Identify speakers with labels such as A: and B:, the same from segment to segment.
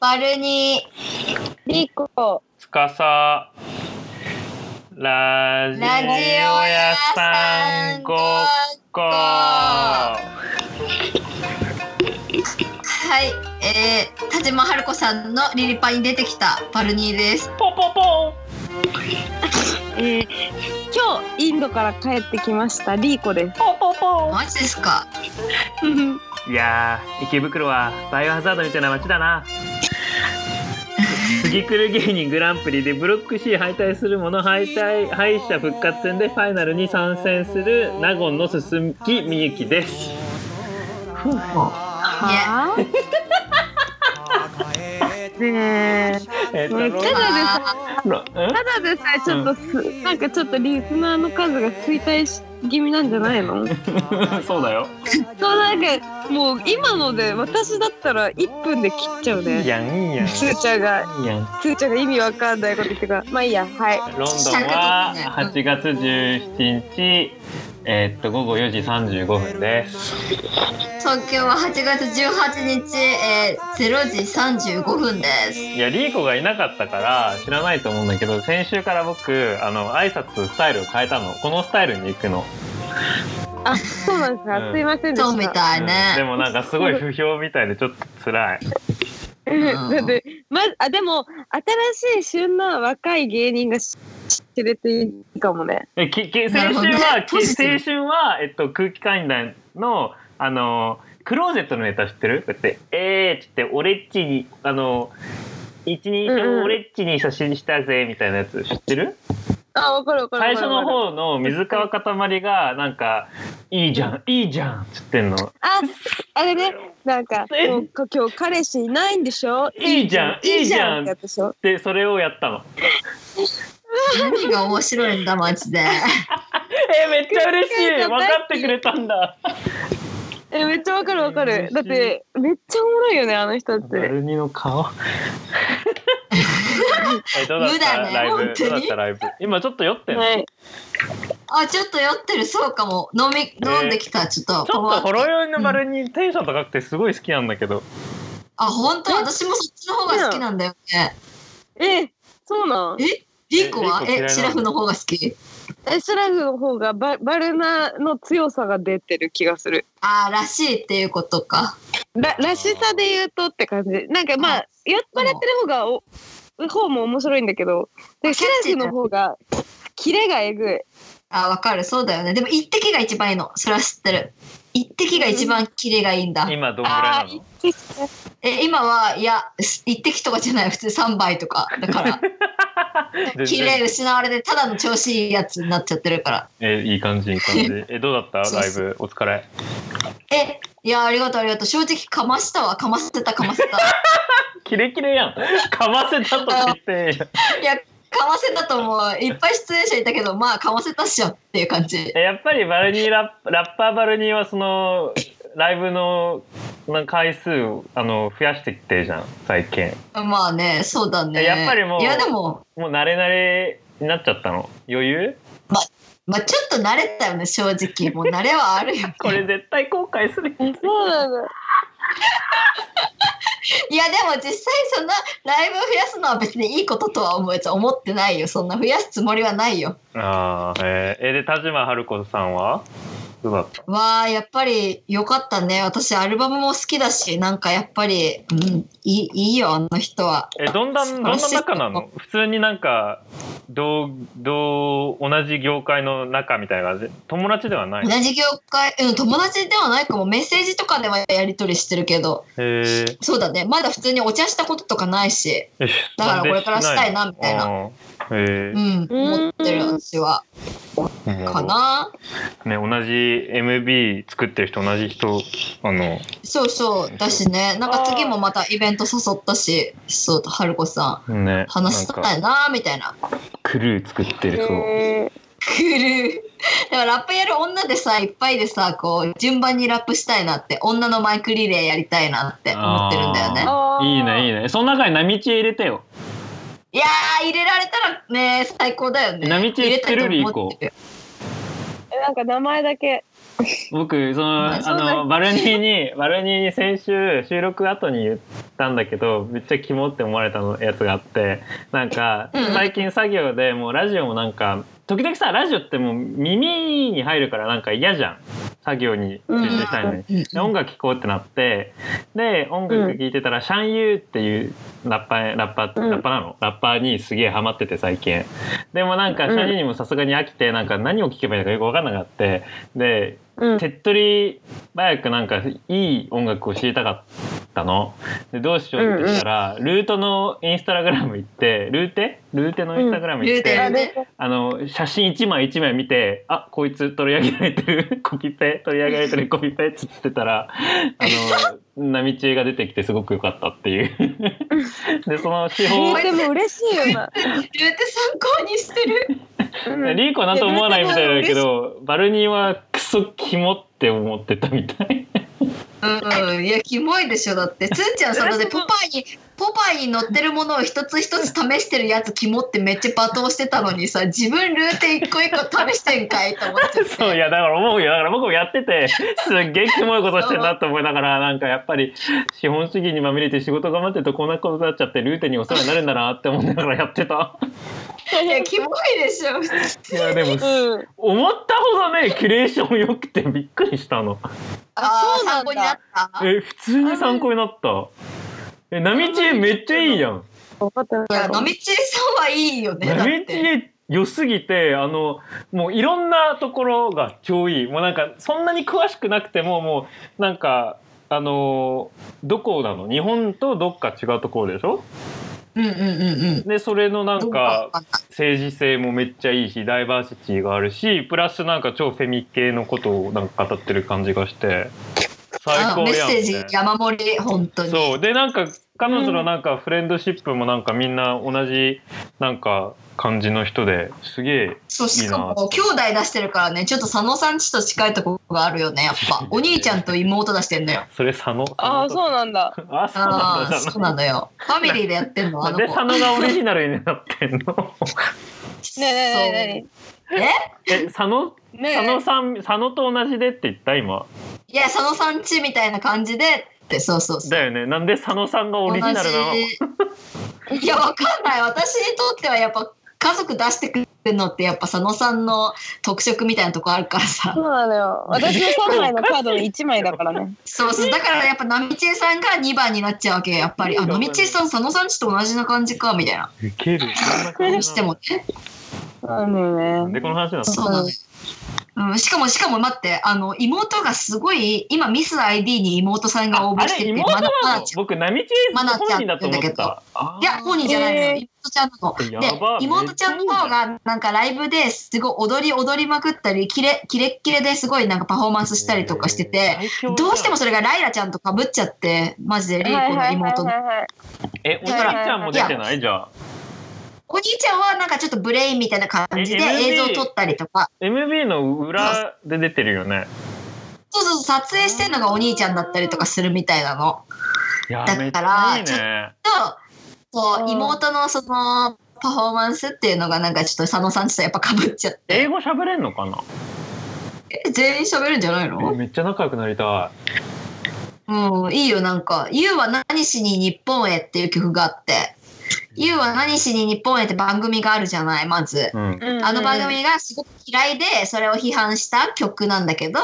A: バルニー、リコ、
B: つかさラジオ
A: ラジオ
B: 屋
A: 屋
B: さ
A: さ
B: ん
A: ん
B: ご
A: ご
B: っ
A: っ
B: こ
A: こはい、えー、田島春子さんのリリパに出てきたバルニーです。
B: ポポポ
C: えー、今日インドから帰ってきましたリーコです。
B: ポポポ
A: マジですか
B: いやー池袋はバイオハザードみたいな街だ な次来る芸人グランプリでブロック C 敗退するもの敗退敗者復活戦でファイナルに参戦する納言の鈴木みゆきです
C: はぁね
B: え
C: え、
B: っ
C: もうただでさ
B: ロん
C: ただでさえちょっとす、なんかちょっとリスナーの数が衰退し気味なんじゃないの？そう
B: そうだよ
C: なんかもう今ので私だったら一分で切っちゃう
B: いい
C: ね。
B: やんいいやんい
C: スーちゃんが
B: いやん
C: スーちゃんが意味わかんないこと言ってからまあいいやはい。
B: ロンドンは8月17日、えーっと午後4時35分です。
A: 東京は8月18日、えー、0時35分です。
B: いやリーコがいなかったから知らないと思うんだけど先週から僕あの挨拶スタイルを変えたのこのスタイルに行くの、
C: あそうなんです
B: う
C: か。
B: ん
C: すいませんで
A: そうみ
C: した。
A: たい
B: うんで
A: ね。
B: もなんかすごい不評みたいでちょっと辛い
C: だってまあでも新しい旬な若い芸人が知知れていいかもね。
B: えきき
A: な
B: 先
A: る
B: 週
A: ほどね
B: は、
A: ポジティブ
B: き青春は、えっと、空気階段のあのクローゼットのネタ知ってるこうやって「えー」っつって「俺っちにあの一人
C: うんうん
B: 称俺っちに写真したぜ」みたいなやつ知ってる
C: あわかるわかるわか
B: 最
C: る。
B: 初の方の水川かたまりがなんか「いいじゃんいいじゃん」っつってんの
C: あ、あれね、なんか、
B: え
C: もうか今日彼氏いないんでしょ
B: いいじゃん
C: いいじゃ
B: いいじゃん
C: んってやつでしょ
B: でそれをやったの
A: 何が面白いんだ、マジ で。
B: えめっちゃ嬉しい
C: 空気階段
B: 分
C: 大好き
B: かってくれたん だ
C: え、めっちゃわかるわか
B: 嬉
C: る
B: し。い
C: だって、めっちゃおもろいよね、あの人っ
B: バ
C: て。
B: ルニの顔えどうだっ
A: 無
B: た
A: だね
B: ライブ
A: 本当
B: どう
A: に
B: だったライブ今ちょっと酔ってんの、
C: はい。
A: あ、ちょっと酔ってる、そうかも。飲み、飲んできた、ちょっと。
B: ちょっとほろ酔いの
A: うん
B: バルニテンション高くてすごい好きなんだけど
A: あ、本当私もそっちの方が好きなんだよね。
C: え、そうなん
A: えリコは
B: リコ嫌いなの
A: え、シラフの方が好き
C: え、シラフの方がババルナの強さが出てる気がする。
A: あーらしいっていうことか。
C: ら、らしさで言うとって感じ。なんかまあ、酔っ払ってる方がお、方も面白いんだけど、でシラフの方が、キレがえぐい。
A: あーわかる、そうだよね。でも一滴が一番いいの。それは知ってる。一滴が一番キレがいいんだ。
B: 今どんぐら
C: あ
B: いな
C: ー
B: の
C: いいですね
A: え、今は、いや、す一滴とかじゃない、普通3倍とか。だ から、
B: 全
A: キレ
B: 然
A: 失われて、ただの調子いいやつになっちゃってるから。
B: えいい感じいい感じえどう だった
A: そう
B: ライ
A: そ
B: ブお疲れ
A: え、いや、ありがとう、ありがとう。正直、かましたわ、かませた、かませ た。
B: キレキレやんかませたとか言って
A: いや、かませたと思う。いっぱい出演者いたけど、まあ、かませたっしょっていう感じ。
B: やっぱりバルニーラッラッパーバルニーはそのライブのなんか回数をあの増やしてきてるじゃん最近
A: まあね、そうだね。
B: やっぱりもう
A: いや、でも、
B: もう慣れ慣れになっちゃったの余裕
A: まあ、ちょっと慣れたよね、正直。もう慣れはあるよ、ね。
B: これ絶対後悔する
C: えそうなんだ。
A: いやでも実際そんなライブを増やすのは別にいいこととは思えちゃ思ってないよそんな増やすつもりはないよ
B: ああえーえで田島春子さんはどうだった
A: わあやっぱり良かったね私アルバムも好きだしなんかやっぱり、うん、いいいいよあの人は
B: えどんなどんな仲なの普通になんか同同同じ業界の仲みたいな感じ友達ではない
A: 同じ業界、うん、友達ではないかもメッセージとかではやり取りしてるけど
B: えー、
A: そうだねまだ普通にお茶したこととかないし
B: え
A: だからこれからしたいなみたいな
B: あーえ
A: う
B: ー
A: ん
C: うん
A: 思ってる私はかな
B: ね、同じ MB 作ってる人同じ人あの
A: そうそうだしねなんか次もまたイベント誘ったしそう春子さん
B: ね
A: 話した
B: なんか
A: いなみたいな。
B: クルー作ってるそう
C: え
A: くる。 だからラップやる女でさいっぱいでさこう順番にラップしたいなって女のマイクリレーやりたいなって思ってるんだよ
B: え
A: ね
B: ー。いいねいいねその中に波知恵入れてよ
A: いやー入れられたらね最高だよね。
B: 波知恵知ってる
A: 入れたいと思ってる
C: なんか名前だけ。
B: 僕その
A: まあそう
B: あ
C: だ
B: のバルニーにバルニーに先週収録後に言ったんだけどめっちゃキモって思われたのやつがあってなんか
A: うん
B: 最近作業でもうラジオもなんか時々さラジオってもう耳に入るからなんか嫌じゃん作業に集中したいのに。で音楽聴こうってなってで音楽聴いてたら、シャンユーっていうラッパーラッパー、
C: うん
B: ラッパーなのラッパーにすげえハマってて最近でもなんか、
C: うん
B: シャンユーにもさすがに飽きてなんか何を聴けばいいのかよく分かんなくなってで
C: うん
B: 手っ取り早くなんかいい音楽を知りたかったのでどうしようってしたら、ルートのインスタグラム行ってルーテルーテのインスタグラム行っ
A: う
B: て、
A: んルーテ
B: あの写真一枚一枚見てあこいつ取り上げられてる コピペ取り上げられ てるコピペっつってたらあ の波中が出てきてすごく良かったっていう でその手法
C: えーでも嬉しいよな。
A: ルーテ参考にしてる。
C: うん
B: リーコなんと思わないみたいだけどバルニーはクソキモって思ってたみたい
A: うん、いや、キモいでしょ、だって、つんちゃん、そ れでポパイに、ポパイに乗ってるものを一つ一つ試してるやつ、キモってめっちゃ罵倒してたのにさ、自分ルーテ一個一個試してんかいと思っちゃって。
B: そういやだから思うよだから僕もやっててすっげえキモいことしてんなと思いなが らなんかやっぱり資本主義にまみれて仕事頑張ってるとこんなことになっちゃってルーテにお世話になるんだなって思いながらやって た
A: いや、キモいで しょ。
B: いやでも
C: うん。
B: 思ったほどねキュレーション良くてびっくりしたの
A: あ
C: そう
A: あ、参
C: なんだ
A: 考になった。
B: え普通に参考になったえ波知恵めっちゃいいやん
C: 分かってない
A: いや、
C: か
A: の
C: も。
A: みちえさんはいいよね。だっ
B: 波知
A: て
B: 恵良すぎてあのもういろんなところが超いいもうなんかそんなに詳しくなくてももうなんかあのどこなの日本とどっか違うところでしょ
A: うんうんうんうん。
B: でそれのなんか
A: どう
B: 政治性もめっちゃいいしダイバーシティがあるしプラスなんか超フェミ系のことをなんか語ってる感じがして最
A: あ
B: 高
A: メッ
B: やん、
A: セー
B: ね、
A: ジ山盛り本当に
B: そうでなんか彼女のなんかフレンドシップもなんかみんな同じなんか感じの人ですげえ
A: そうしか
B: いい
A: も
B: な
A: 兄弟出してるからねちょっと佐野さんちと近いところがあるよねやっ ぱお兄ちゃんと妹出してんのよ
B: それ佐野
C: ああ
B: 佐野
C: そうなんだ。
B: とあそうなん
A: ああ
B: だ
A: ー
B: 佐
A: そう
B: 野
A: なのよファミリーでやってんのあ
B: なん
A: の
B: で
A: 子
B: 佐野がオリジナルになってんの
C: ねえねえね
B: え佐野
C: えねえ。
B: 佐野さん佐野と同じでって言った今
A: いや佐野さんちみたいな感じでってそうそうそう
B: だよねなんで佐野さんがオリジナルなの
A: 同 じいやわかんない私にとってはやっぱ家族出してくるのってやっぱ佐野さんの特色みたいなとこあるからさ
C: そうなのよ。私の三枚のカードの一枚だからね。
A: そうそうだからやっぱ波千恵さんが2番になっちゃうわけよやっぱりあ波千恵さん佐野さんちと同じな感じかみたいな
B: ウケるそんな感じなの
A: にしてもね
C: そうなのよ
B: なん
C: ね。
B: でこの話なの
A: そうなのようん、しかもしかも待ってあの妹がすごい今ミス ID に妹さんが応募
B: あ
A: して
B: れ
A: て
B: 妹な
A: まだま
B: の
A: だちゃん
B: 僕波知恵
A: まなち
B: 本
A: ゃん
B: 人だと思っ
A: って言うんだ
B: たあー
A: いや本人じゃないのよ、
C: えー
A: 妹ちゃんなの
B: や
A: で
B: ば
A: 妹ちゃんの方がなんかライブですごい踊り踊りまくったりキレキレッキレですごいなんかパフォーマンスしたりとかしてて、
B: えー最強じゃん
A: どうしてもそれがライラちゃんとかぶっちゃってマジでリーコの妹の
C: はいはいはいはい
B: え、お兄ちゃんも出てないじゃあ。
A: お兄ちゃんはなんかちょっとブレインみたいな感じで
B: え MV
A: 映像撮ったりとか
B: MB の裏で出てるよね。
A: そうそうそう撮影してるのがお兄ちゃんだったりとかするみたいなの。
B: いや
A: だから
B: めっちゃいいね。
A: とこ
C: うん
A: う妹のそのパフォーマンスっていうのがなんかちょっと佐野さんちとやっぱかぶっちゃっ
B: 英
A: て
B: 語喋れんのかな。
A: え全員喋るんじゃない
B: え
A: の
B: めっちゃ仲良くなりた
A: うんいいよなんか「YOU は何しに日本へ」っていう曲があって「YOU は何しに日本へ」って番組があるじゃないまず
B: い。。うん。
C: うん
A: あの番組がすごく嫌いでそれを批判した曲なんだけど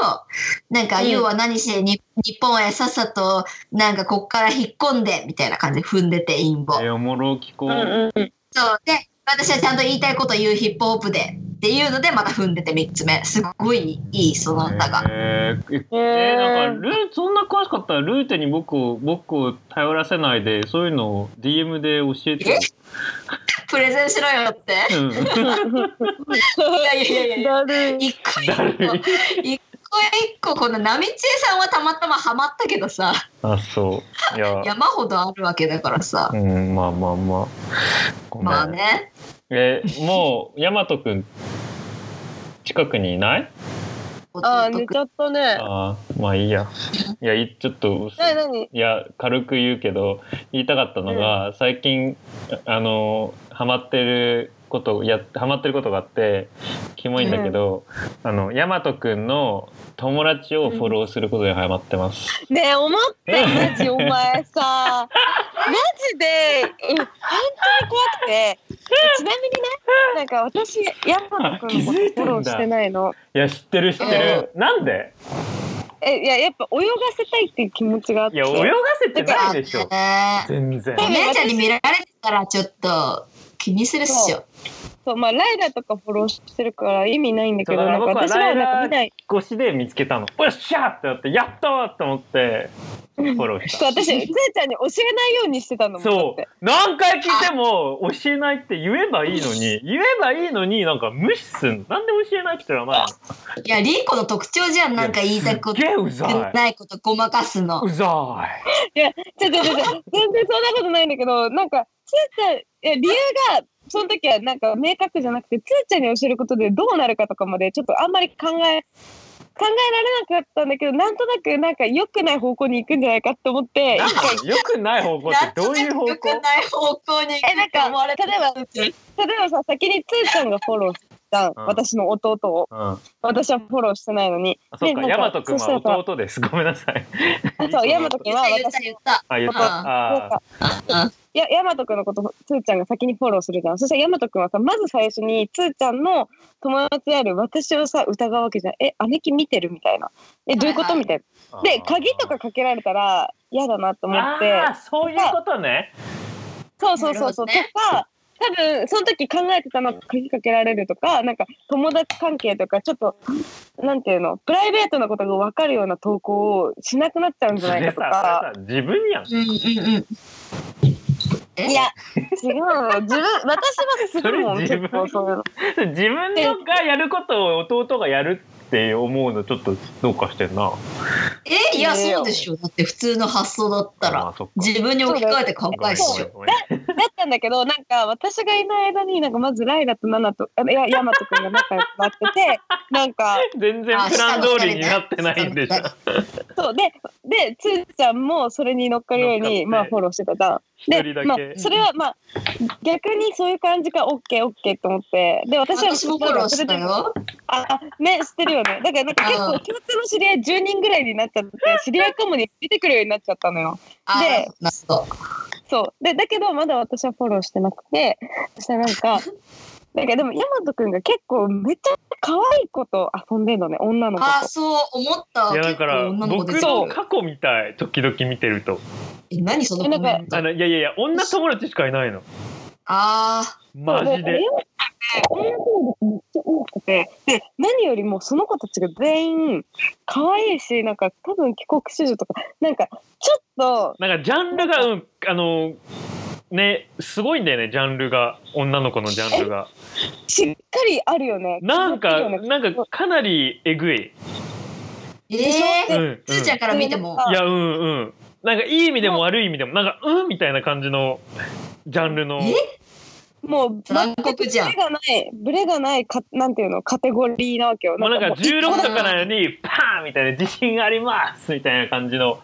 A: なんか
C: う
A: 「
C: ん
A: YOU は何しに日本へさっさとなんかこっから引っ込んで」みたいな感じで踏んでて陰謀。
B: えおもろ聞こ
C: う。
B: うん
C: うんうん。
A: そうで私はちゃんと言いたいこと言うヒップホップでっていうのでまた踏んでて3つ目すごいいいその歌が、
B: えーえ
C: へー
B: えなんかルーそんな詳しかったらルーテに僕を僕を頼らせないでそういうのを DM で教えてよ。
A: プレゼンしろよって
B: うん。
A: い やいやいやいや
C: だるい。
A: 一個一
B: だ
A: 個
B: るい。
A: 一個一個このなみちえさんはたまたまハマったけどさ
B: あそう。いや。
A: 山ほどあるわけだからさ
B: うんまあまあまあ。ごめん
A: まあ。ね
B: えもうヤマトくん近くにいない？
A: こと
C: ああ
A: 特
C: 寝ちゃった ね。
B: ああまあいいやいやいちょっと
C: なになに
B: いや軽く言うけど言いたかったのが、最近あのハマってることやハマってることがあってキモいんだけど、あの大和くんの友達をフォローすることでハマってます、
C: ねえ思ってマジお前さマジでうん本当に怖くてちなみにねなんか私ヤンマくんのこと
B: あ気づい
C: フ
B: て
C: ォ
B: んだ
C: ローしてないの
B: いや知ってる知ってる、なんで
C: えいややっぱ泳がせたいっていう気持ちがあっ
B: い
C: て
B: や泳がせてないでしょ
A: ね
B: 全然
A: お姉ちゃんに見られてたらちょっと気にするっしょ。
C: そうまあライダーとかフォローしてるから意味ないんだけど
B: そうだ
C: な
B: か
C: んから私
B: 僕は
C: らは
B: ライダー
C: なんか見ない
B: 越しで見つけたの「よっしゃ!」ってなって「やったー!」と思ってフォローし
C: そう私つーちゃんに教えないようにしてたの
B: た
C: もんだっ
B: そ
C: て
B: う何回聞いても教えないって言えばいいのに言えばいいのになんか無視すんのなんで教えないって言ったらまあ
A: いや、リンコの特徴じゃん、なんか言いたいこ
B: い
A: と
B: やすっげえうざい
A: ないことごまかすの。
B: うざい
C: ちょちょちょちょ全然そんなことないんだけどなんかつーちゃんいや理由がその時はなんか明確じゃなくてつーちゃんに教えることでどうなるかとかまでちょっとあんまり考え考えられなかったんだけどなんとなくなんか良くない方向に行くんじゃないかと思って
B: なん
C: 一回
B: か良くない方向ってどういう方
A: よく
B: 向
A: ない方向に
C: えなんか
A: 思われてる
C: 例えば例えばさ先につーちゃんがフォローした、
B: うん
C: 私の弟を
B: うん、あ
C: 私はフォローしてないのに
B: そ
C: ね
B: っか、
C: なん
B: ヤマト君
C: そしたら
B: は
C: さ
B: 弟です。ごめんなさい。
C: そうヤマト
A: 言
C: 君
A: っ
C: は
A: た
C: 私
A: 言った言った。
B: あ、言った。
C: なん
B: あ
C: かやヤマト君のことつーちゃんが先にフォローするじゃんそしたらヤマト君はさまず最初につーちゃんの友達である私をさ疑うわけじゃんえ姉貴見てるみたいなえどういうこ
A: はい
C: と
A: はい
C: みたい
B: ー
C: なで鍵とかかけられたら嫌だなと思って
B: あーそういうことね。
C: そうそうそうそう、
A: なる
C: とか多分その時考えてたのが鍵かけられるとかなんか友達関係とかちょっとなんていうのプライベートなことが分かるような投稿をしなくなっちゃうんじ
B: そ
C: ゃない
B: れ
C: か
B: さ、
C: と
B: そ
C: か。
B: れさ自 分やん。
A: うんうんうん。え
C: いや、違うの。自分、私はするもん、
B: それ自分
C: 結構そういうの。
B: 自分のがやることを弟がやるって思うのちょっとどうかしてんな。
A: え、いや、そうでしょ。だって普通の発想だった
B: ま
A: ら、
B: あそっか
A: 自分に置き換えて考え
B: ごめ
A: っ
B: ん
A: し
B: ごめ
A: ょ
B: ん。ごめん
C: だったんだけど、なんか、私がいない間に、なんか、まずライダとナナと、あいや、ヤマト君が仲良くなって て、なんか、
B: 全然プラン通りになってないんでしょ。
C: そう、で、で、つーちゃんもそれに乗っかるよう
B: 乗っかっ
C: に、
B: て
C: まあ、フォローしてたじゃん。
B: 一人
C: で、ま
B: だ
C: あ
B: け、。
C: それは、まあ、逆にそういう感じか、オッケーオッケーと思って。で、私は、
A: 私もフォローしたよ。
C: あ、ね、知ってるよね。だから、なんか、結
A: う
C: 構、
A: ん
C: 共通の知り合い10人ぐらいになっちゃって、知り合いかもに出てくるようになっちゃったのよ。
A: あ
C: で
A: ー、なるほど。
C: そう。で、だけど、まだ私はフォローしてなくて、そしたらな んか、なんかでも、ヤマトくんが結構めっちゃ可愛い子と遊んでんのね、女の子と。
A: あー、そう思った。
B: いやだから
A: 結構女の子
B: 僕
A: 出てくる
B: の過去みたい時々見てると
A: え、何そのコメント
B: あ。のいやいやいや女友達しかいないの
A: あ
B: マ
C: も
B: ジで
C: う俺ヤマトくんって女の子めっちゃ多くて、で、何よりもその子たちが全員可愛いし、なんか多分帰国子女とか、なんかちょっと、
B: なんかジャンルが、うん、あのねすごいんだよねジャンルが女の子のジャンルが
C: しっかりあるよね。
B: なん
C: 決ま
B: か
C: ってるよね
B: なんかかなりえぐい、
A: ー。え
B: うん
A: ー。
B: うん、
A: つーちゃんから見ても。
B: いやうんうんなんかいい意味でも悪い意味でもなんかうんみたいな感じのジャンルの
A: え
C: もう、
A: 残酷じゃん
C: ブレがない、ブレがないか、なんていうの、カテゴリーなわけよ。
B: もうなん
C: も
B: か
C: う一個
B: 16とかなのにパーンみたいな自信ありますみたいな感じの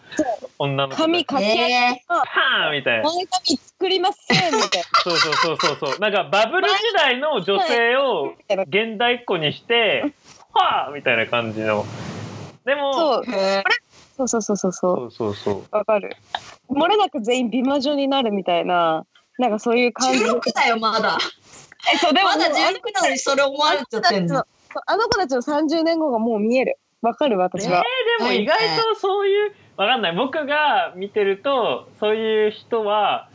B: 女の子たち
C: 髪かき上げ
A: え
C: た、
B: パーンみたいな
C: 前髪作りませんみたい
B: そうそうそうそうそう。なんかバブル時代の女性を
C: な。
B: 現代っ子にして、はあみたいな感じの。でも、
C: そう
A: ー。へー
C: そうそうそうそうそ
B: そうそうそう。
C: う。わかる。漏れなく全員美魔女になるみたいな、なんかそういう感じ。
A: 16だよまだ
C: え、そうでも
A: まだ16
C: あの
A: なのにそれ思われちゃってん
C: 子たちの
A: の
C: そうあの子たちの30年後がもう見える。わかる私は。
B: えーでも意外とそういう、わかんない。僕が見てると、そういう人は、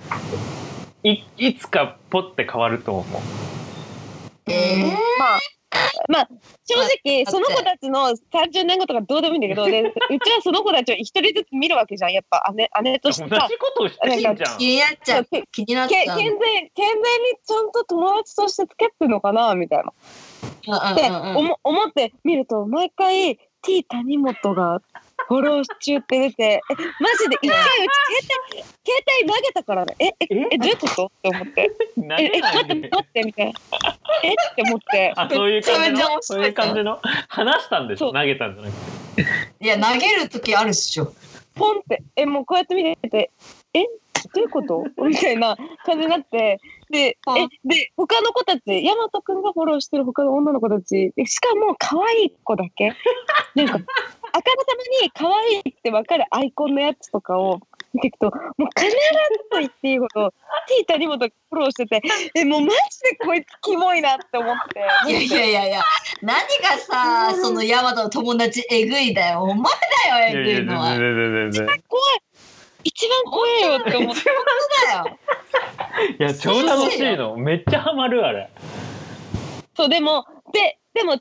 B: いいつかポって変わると思う。
A: えー
C: まあ、まあ、正直、
A: まあ
C: その子たちの30年後とかどうでもいいんだけど、でうちはその子たちを一人ずつ見るわけじゃん。やっぱ姉姉と
B: 同
C: して
B: じ
C: さ。
B: ことをしてるじゃん。
A: 気になっちゃう
C: け
A: 気になっち
C: け健
A: ゃ
C: 全
A: う
C: 健全にちゃんと友達としてつけっぷのかなみたいな。って
A: うんうんうんうん
C: 思思ってみると毎回 T 谷本がフォロー中って出て、え、マジで一回うち携帯、携帯投げたからね、え、え、え、どういうことって思って、
B: 投げな
C: え、
B: い
C: え、待って、
B: で
C: 待って、みたいな。えって思って、
B: あそういう感じ
A: め
B: の
A: ちゃめちゃ面白い
B: そういう感じの話したんでし
C: そ
B: ょ
C: う
B: 投げたんじゃなくて
A: いや投げる時あるっしょ。
C: ポンって、え、もうこうやって見てて、え、どういうこと みたいな感じになって、で、
A: あ
C: え、で、他の子たち、大和くんがフォローしてる他の女の子たち、でしかも可愛い子だ け。なんか、あからさまに可愛いってわかるアイコンのやつとかを見ていくと、もう必ずと言っていいほど、ティー谷本がフォローしてて、え、もうマジでこいつキモいなって思って。
A: いやいやいやいや何がさそのヤマトの友達えぐいだよお前だよえぐいのは。
B: 全然全然全然
C: 怖い一番怖いよって思って。
A: だよ。
B: いや超楽しいのめっちゃハマるあれ
C: そうでもででもつー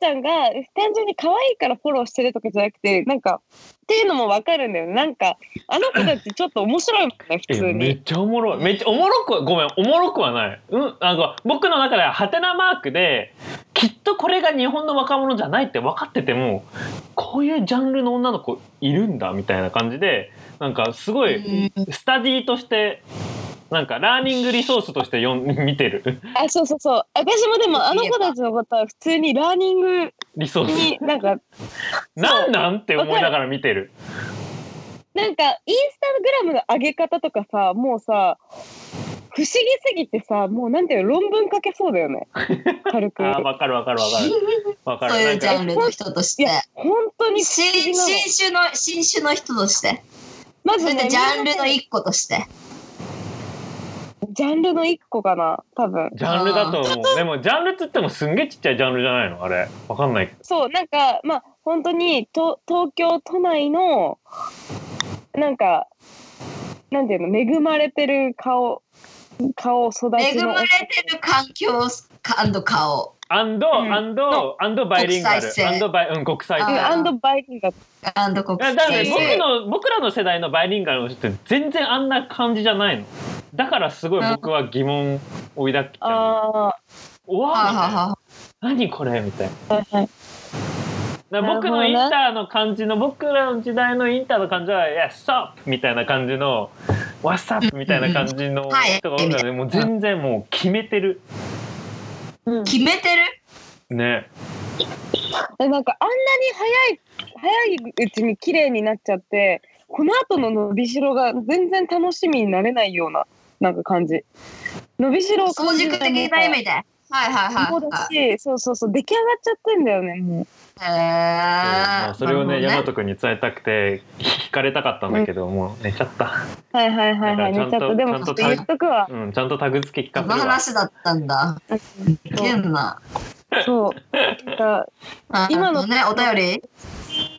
C: ちゃんが単純に可愛いからフォローしてるとかじゃなくてなんかっていうのもわかるんだよねなんかあの子たちちょっと面白いもんね普
B: え
C: 通
B: め
C: に
B: っちゃおもろ いめっちゃおもろくはごめんおもろくはないうんなんか僕の中ではハテナマークできっとこれが日本の若者じゃないって分かっててもこういうジャンルの女の子いるんだみたいな感じでなんかすごいスタディとしてなんかラーニングリソースとして読ん見てる
C: あそうそうそう私もでもあの子たちのことは普通にラーニング
B: リソース
C: になんか
B: なんなんって思いながら見てる
C: なんかインスタグラムの上げ方とかさもうさ不思議すぎてさもうなんていうの論文書けそうだよ ね軽く
B: あー分かる分かる分かる分かる
A: そうい
B: なん
A: うジ
B: か
A: ャンルの人とし
C: い
A: て
C: や本当に不思議
A: 新
C: なの
A: 新種の新種の人として
C: ま
A: そ
C: ず
A: れ
C: ね
A: でジャンルの一個として
C: ジャンルの一個かな多分
B: ジャンルだと思うでもジャンルっつってもすんげえちっちゃいジャンルじゃないのあれ分かんない
C: そうなんかまあ本当にと東京都内のなんかなんていうの恵まれてる顔顔育ちの
A: 恵まれてる環境顔
B: アンド、
C: うん
B: アンド、アンドバイリンガル
A: 国際。性
B: アンドバイ、うん、国際
A: あ
B: 性。
A: ー
C: アンドバイキンが
A: 国
B: だからね、
C: えー
B: 僕の、僕らの世代のバイリンガルの人って全然あんな感じじゃないの。だからすごい僕は疑問を抱きちゃう。
C: あ
B: おわ
A: は
B: ー
A: あ
B: み
A: はあ
B: たい
A: は
B: な。
A: あ
B: 何これみたいな。
C: あはいはい
B: だから僕の
C: なる
B: イ
C: ほ
B: ン
C: どね
B: ターの感じの、僕らの時代のインターの感じは、いや、ストップみたいな感じの、ワッサップみたいな感じの
A: んはい
B: 人が多いからね、もう全然もう決めてる。
C: うん
A: 決めてる
B: ね。
C: えなんかあんなに早い早いうちに綺麗になっちゃってこの後の伸びしろが全然楽しみになれないようななんか感じ伸びしろを
A: 早
C: 感じ
A: 熟
C: ない
A: 的な意味ではいはいは
C: そう
A: い
C: だ
A: はい
C: しそうそうそう出来上がっちゃってんだよねもう
A: へ
B: ま
A: え
B: あ、それを
A: な
B: ね、ヤ
A: る
B: マ
A: ほど
B: ト君に伝えたくて、惹かれたかったんだけど、もう寝ちゃった。
C: はいはいはいはい。
B: だ
C: 寝
B: から
C: ちゃった。でも
B: ち
C: ち
B: ゃ
C: ょ
B: ん
C: っと
B: とちゃんと
C: 言っとくわ。
B: うん、ちゃんとタグ付け聞か
A: そ
B: せ
A: の
B: るわ。
A: 話だったんだいけんな
C: そう。なんか
A: あ
C: 今の
A: ねお便り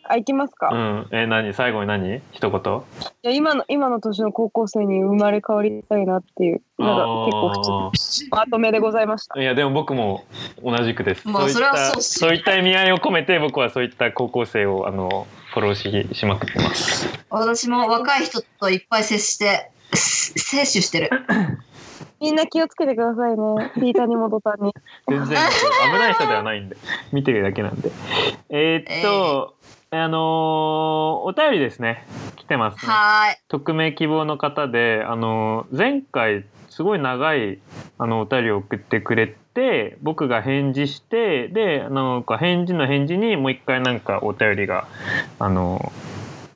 C: あ行きますか。い
B: うん、え、何、最後に何、一言。
C: や今の今の年の高校生に生まれ変わりたいなっていうなんか結構普通
B: あ
C: まとめでございました。
B: ーいや、でも、僕も同じくです。
A: まあ
B: いっ
A: それは
B: た
A: そうっす
B: そういった意味合いを込めて、僕はそういった高校生を、あの、フォローし、しまくってます。
A: 私も若い人といっぱい接してす摂取してる
C: みんな気をつけてくださいね。ピータニモトさんに。
B: 全然、危ない人で はないんで、見てるだけなんで。えーっと、あのーお便りですね。来てますね。
A: は
B: 匿名希望の方で、あの前回すごい長いあのお便りを送ってくれて僕が返事してであの返事の返事にもう一回なんかお便りがあの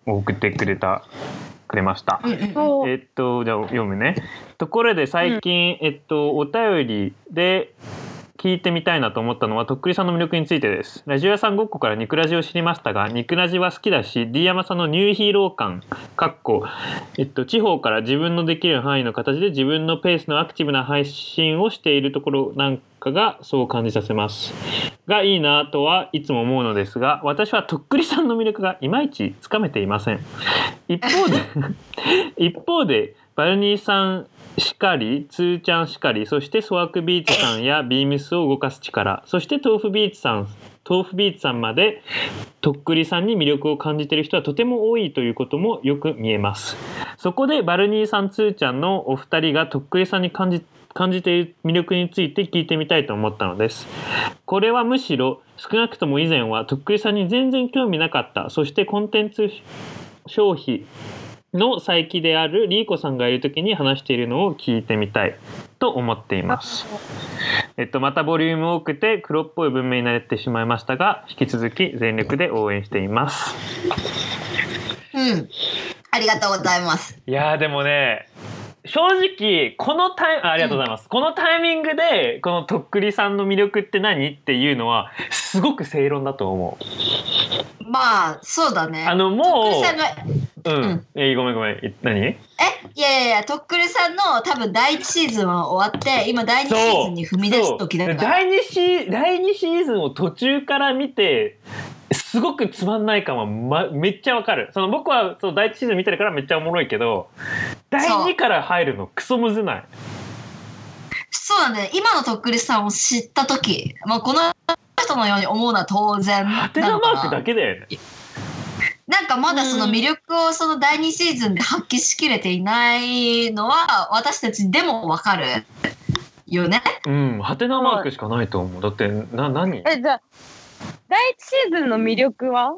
B: 送ってくれたくれました。
A: ーいうんうん
C: そう。
B: えっとじゃあ読むね。ところで最近、えっとお便りで聞いてみたいなと思ったのはとっくりさんの魅力についてです。ラジオ屋さんごっこからニクラジを知りましたがニクラジは好きだし D 山さんのニューヒーロー感かっこ、えっと、地方から自分のできる範囲の形で自分のペースのアクティブな配信をしているところなんかがそう感じさせます。がいいなとはいつも思うのですが私はとっくりさんの魅力がいまいちつかめていません。一方で一方でバルニーさんしかり、つーちゃんしかり、そしてソワクビーツさんやビームスを動かす力、そして豆腐ビーツさん、豆腐ビーツさんまで、とっくりさんに魅力を感じている人はとても多いということもよく見えます。そこでバルニーさん、つーちゃんのお二人がとっくりさんに感じ感じている魅力について聞いてみたいと思ったのです。これはむしろ少なくとも以前はとっくりさんに全然興味なかったそしてコンテンツ消費の再起であるリーコさんがいる時に話しているのを聞いてみたいと思っています。えっと、またボリューム多くて黒っぽい文明になれてしまいましたが引き続き全力で応援しています。
A: うん。ありがとうございます。
B: いやーでもね正直このタイあありがとうございます、このタイミングでこのとっくりさんの魅力って何っていうのはすごく正論だと思う
A: まあ、そうだね。
B: あの
A: とっく
B: も
A: りさんの
B: ううん、
A: うん
B: えごめんごめんい何
A: えいやいやいやとっくりさんの多分第1シーズンは終わって今第2シーズンに踏み出す時だから
B: 第2シー第二シーズンを途中から見てすごくつまんない感は、ま、めっちゃわかるその僕はそう第1シーズン見てるからめっちゃおもろいけど第2から入るのクソむずない
A: そうだね今のとっくりさんを知った時、まあ、この人のように思うのは当然
B: ハ
A: な
B: テナ
A: の
B: マ
A: か
B: ークだ
A: な
B: けだよね
A: なんかまだその魅力をその第2シーズンで発揮しきれていないのは私たちでもわかるよね
B: うん、ハテナマークしかないと思う。だって、な、何。
C: え、じゃあ、第一シーズンの魅力は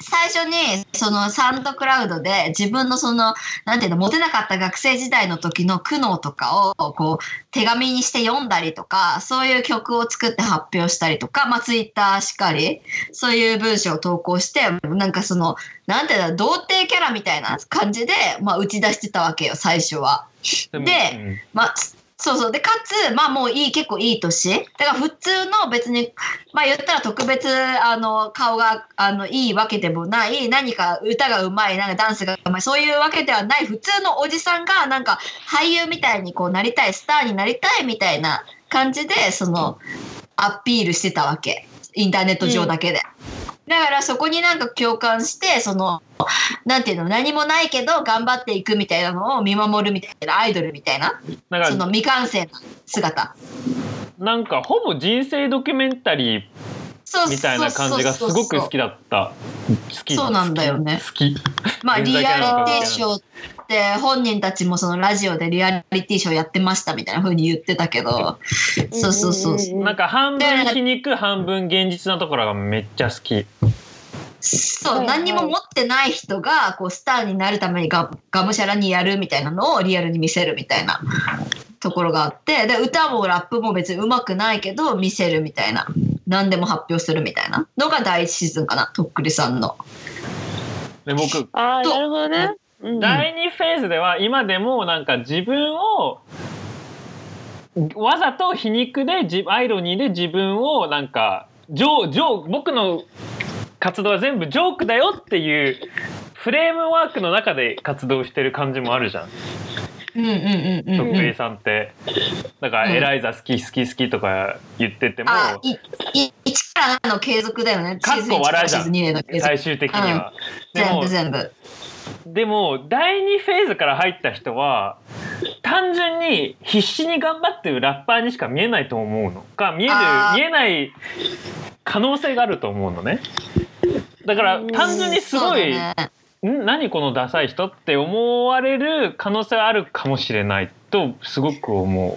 A: 最初にそのサンドクラウドで自分のそのなんていうのモテなかった学生時代の時の苦悩とかをこう手紙にして読んだりとかそういう曲を作って発表したりとか、まあ、ツイッターしかりそういう文章を投稿してなんかそのなんていうの童貞キャラみたいな感じで、まあ、打ち出してたわけよ最初は。
B: でも
A: でまあ、そうそうでかつまあもういい結構いい年だから普通の別にまあ言ったら特別あの顔があのいいわけでもない何か歌がうまいなんかダンスがうまいそういうわけではない普通のおじさんがなんか俳優みたいにこうなりたいスターになりたいみたいな感じでそのアピールしてたわけインターネット上だけで。だからそこになんか共感してそのなんていうの何もないけど頑張っていくみたいなのを見守るみたいなアイドルみたいな
B: うんな
A: そ
B: ん
A: の
B: か、
A: 未完成な姿
B: なんか、ほぼ人生ドキュメンタリー
A: そう
B: みたいな感じがす
A: そうそう
B: ご
A: そう
B: く好きだった。好き。
A: そうなんだよね
B: 好き。好き
A: まあ
B: 全
A: リ
B: 然だけなのか
A: ア
B: も
A: リ
B: しれない
A: ティショーって本人たちもそのラジオでリアリティショーやってましたみたいな風に言ってたけどそうそうそうそ
B: なんか半
A: だから
B: 分皮肉、半分現実なところがめっちゃ好き。
A: そう、
C: はいはい
A: 何にも持ってない人がこうスターになるためにががむしゃらにやるみたいなのをリアルに見せるみたいなところがあってで歌もラップも別に上手くないけど見せるみたいな何でも発表するみたいなのが第一シーズンかなとっくりさんの。
B: で、僕、
C: ああ、
A: と
C: なるほどね。うん
B: 第2フェーズでは、今でも、なんか、自分を。わざと皮肉で、じ、アイロニーで、自分を、なんか。ジョー、ジョー、僕の。活動は全部ジョークだよっていうフレームワークの中で活動してる感じもあるじゃん
A: うんうんうんうん
B: と
A: う
B: っ
A: ん
B: くりさんってだか
A: う
B: ら
A: ん
B: エライザ好き好き好きとか言ってても
A: あ、い、い、一からの継続だよね。
B: かっこ笑いじゃん
A: シーズン一からシーズン二への継続。
B: 最終的にはで
A: 全
B: も
A: 部全部。
B: でも第2フェーズから入った人は単純に必死に頑張ってるラッパーにしか見えないと思うのか見える
A: あー
B: 見えない可能性があると思うのねだから
C: うん
B: 単純にすごい、
A: そうだね
B: ん何このダサい人って思われる可能性はあるかもしれないとすごく思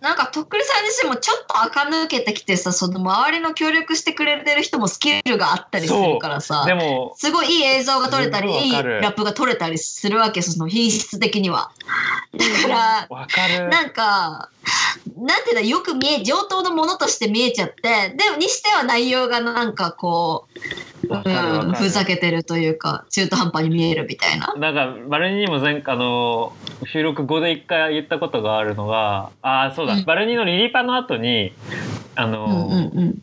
A: なんかとっくりさん自身もちょっと垢抜けてきてさ、その周りの協力してくれてる人もスキルがあったりするから
B: う
A: さ
B: で。も
A: すごいいい映像が撮れたり、
B: すごい
A: いい
B: わ
A: ラ
B: かる
A: ップが撮れたりするわけ、その品質的には。だから、
B: わかる
A: なんか、なんていうの、よく見え、上等のものとして見えちゃって、でも、にしては内容がなんかこう、
B: わかるわかる
A: うんふざけてるというか、中途半端に見えるみたいな。
B: なんかバルニーも前あの収録後で一回言ったことがあるのがああそうだ、
A: うん
B: バルニーのリリパの後にあ
A: う
B: の、
A: んうんうん。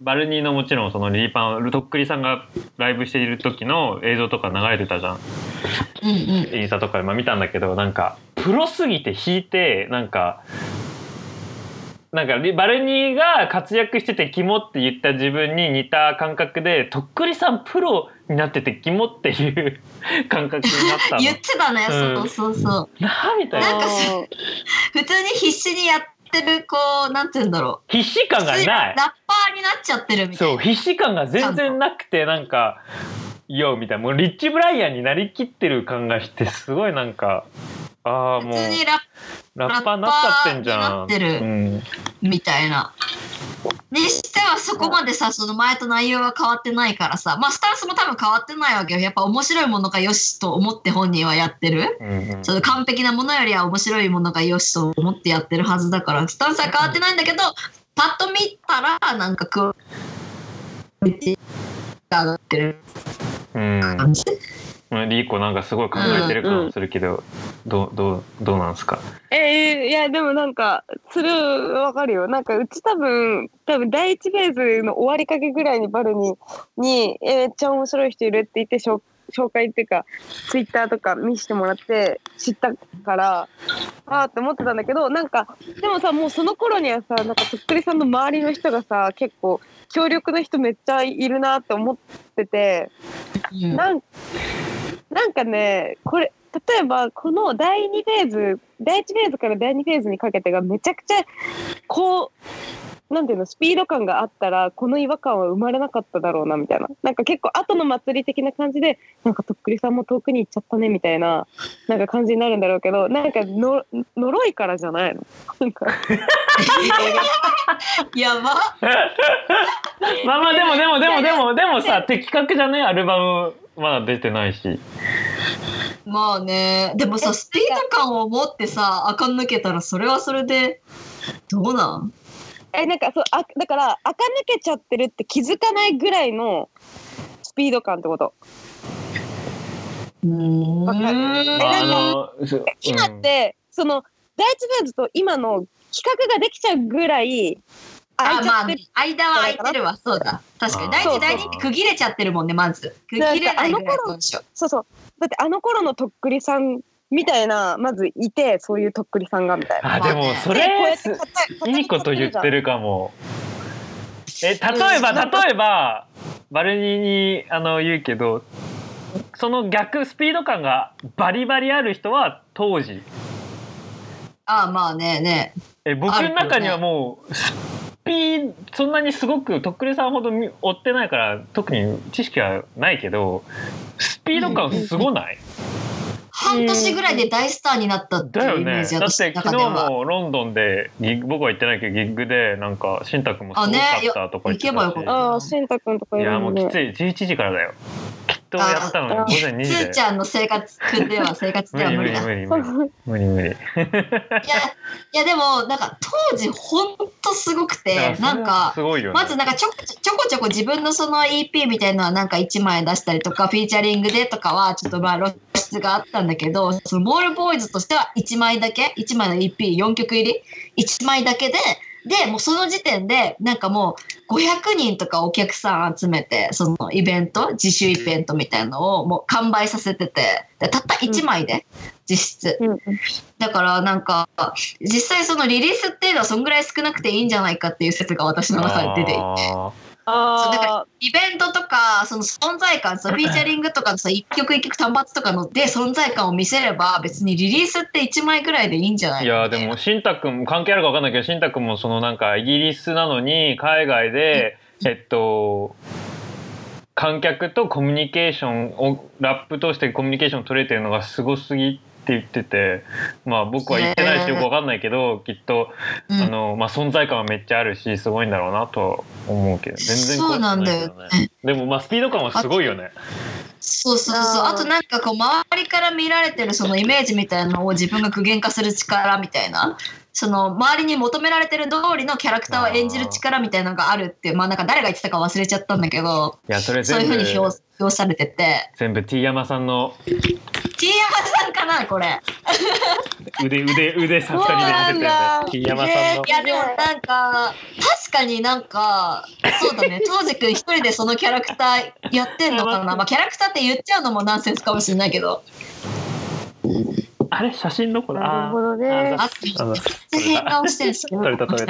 B: バルニーのもちろんそのリリパのとっくりさんがライブしている時の映像とか流れてたじゃん
A: うんうん。
B: インスタとか今見たんだけどなんかプロすぎて弾いてなんかなんかリバルニーが活躍してて「キモ」って言った自分に似た感覚でとっくりさんプロになってて「キモ」っていう 感覚になったの
A: 言ってたね、
B: うん
A: そうそうそう
B: なあみたいな
A: かさ普通に必死にやってるこうなんて言うんだろ
B: 必死
A: う
B: 感
A: 普
B: が
A: 通に
B: な
A: ラ
B: い
A: ッパーになっちゃってるみたい
B: そ
A: な
B: う必死感が全然なくてなんか「よ」みたいなもうリッチ・ブライアンになりきってる感がしてすごいなんかああ
A: 普
B: もう
A: 通にラッ
B: ラッパーになっちゃってんじ
A: ラッ
B: ゃ
A: パ
B: ん。
A: ーになってる
B: うん
A: みたいな。にしてはそこまでさその前と内容は変わってないからさまあスタンスも多分変わってないわけよやっぱ面白いものがよしと思って本人はやってる
B: うんうん
A: その完璧なものよりは面白いものがよしと思ってやってるはずだからスタンスは変わってないんだけどパッと見たらなんかクオリティが上がってる
B: うん
A: 感じ
B: うん、リーコなんかすごい考えてる感するけど、どうどうどうなんですか。
C: えーいやでもなんかそれわかるよなんかうち多分多分第一フェーズの終わりかけぐらいにバルにに「えーめっちゃ面白い人いる」って言って紹紹介っていうかツイッターとか見してもらって知ったからああって思ってたんだけどなんかでもさもうその頃にはさなんかとっくりさんの周りの人がさ結構強力な人めっちゃいるなって思ってて。
A: うん
C: なんなんかねこれ例えばこの第2フェーズ第1フェーズから第2フェーズにかけてがめちゃくちゃこうなんていうのスピード感があったらこの違和感は生まれなかっただろうなみたいななんか結構後の祭り的な感じでなんかとっくりさんも遠くに行っちゃったねみたいななんか感じになるんだろうけどなんかの呪いからじゃないのなんか
A: やば
B: まあまあでもでもでも
A: いや
B: で
A: いや
B: もでもさ的確じゃねアルバムまだ出てないし。
A: まあねでもさスピード感を持ってさあかん抜けたらそれはそれでどうなん
C: えなんかそうあだから垢抜けちゃってるって気づかないぐらいのスピード感ってこと
A: うーん
C: わかるえ
B: まあ
C: なん
B: のす
C: 今
B: う
C: っ
B: ん
C: て、その第一フェーズと今の比較ができちゃうぐらい空
A: あ
C: いちゃ
A: ま
C: っ
A: あ
C: てる、
A: 間は空いてるわそうだ確かに第
C: あー
A: 二第二って区切れちゃってるもんねまず区切れないぐらいの印象
C: そうそうだってあの頃のとっくりさんみたいなまずいてそういうとっくりさんがみたいな。
B: あでもそ
C: でこうや
B: れ
C: って
B: す
C: 語り
B: いいこと言って
C: る
B: るかも。え例えば
A: うんなんか
B: 例えばバルニーにあの言うけどその逆スピード感がバリバリある人は当時
A: ああまあねね
B: え僕の中にはもうスピーそんなにすごくとっくりさんほどみ追ってないから特に知識はないけどスピード感すごない、
A: 半年ぐらいで大スターになったって
B: だ
A: い
B: よ
A: うイメー
B: ね
A: ジ、
B: だっ
A: 私の
B: て
A: 中
B: 昨
A: で
B: 日
A: は
B: もロンドンでギッグ僕は行ってないけどギッグでなんか新宅もすごかったとか言ってた
A: あねよ行
B: し、
A: けばよかっ
C: ああしんたくんとか
B: い
C: い
B: や
C: るも
B: もうんき
C: ね
B: つい11時からだよきっとやったのに午前2
A: つ
B: 時
A: ーち
B: で
A: ゃんの生活では生活
B: 無
A: では
B: 理
A: 無
B: 無
A: 理
B: 理
A: だ
B: 無理無理無理無理
A: いやいやでもなんか当時ほんとすごくてなんか
B: すごいよね
A: まずなんかちょこちょちょこちょこ自分のその EP みたいなのはなんか1枚出したりとかフィーチャリングでとかはちょっとまあ露出があったんだけどそのモールボーイズとしては1枚だけ1枚の EP4 曲入り1枚だけででもうその時点でなんかもう500人とかお客さん集めてそのイベント自主イベントみたいのをもう完売させててでたった1枚で実質。
C: うんうん
A: だからなんか実際そのリリースっていうのはそんぐらい少なくていいんじゃないかっていう説が私の中で出ていて
B: あ
A: そうだ
C: あ
A: イベントとかその存在感そのフィーチャリングとかのさ一曲一曲単発とかので存在感を見せれば別にリリースって1枚ぐらいでいいんじゃな
B: ー
A: い
B: いやーでもしんたくん関係あるか分かんないけどしんたくんもそのなんかイギリスなのに海外でえっと観客とコミュニケーションをラップ通してコミュニケーション取れてるのがすごすぎって言っててまあ僕は言ってないしよく分かんないけどきっと
A: うん
B: あの、まあ、存在感はめっちゃあるしすごいんだろうなとは思うけど全然
A: そうなんだ
B: 怖
A: よ
B: くないけどねでもまあスピード感はすごいよね
A: そうそうそう
C: あー
A: あとなんかこう周りから見られてるそのイメージみたいなのを自分が具現化する力みたいなその周りに求められてる通りのキャラクターを演じる力みたいなのがあるってまあなんか誰が言ってたか忘れちゃったんだけど
B: いやそれ
A: そうい
B: 全
A: うふうに
B: 部
A: 表表されてて
B: 全部 T 山さんの
A: T 山さんかなこれ。
B: 腕腕腕さ二人で見せてるんだよ T 山さんの
A: いやでもなんか確かになんかそうだ ね当時くん一人でそのキャラクターやってんのかな、まあ、キャラクターって言っちゃうのもナンセンスかもしれないけど
B: あれ写真どこだ
C: なるほどね
B: あー
A: あ
B: あーあー
A: って変顔してるんですけど。
B: 取れた取れ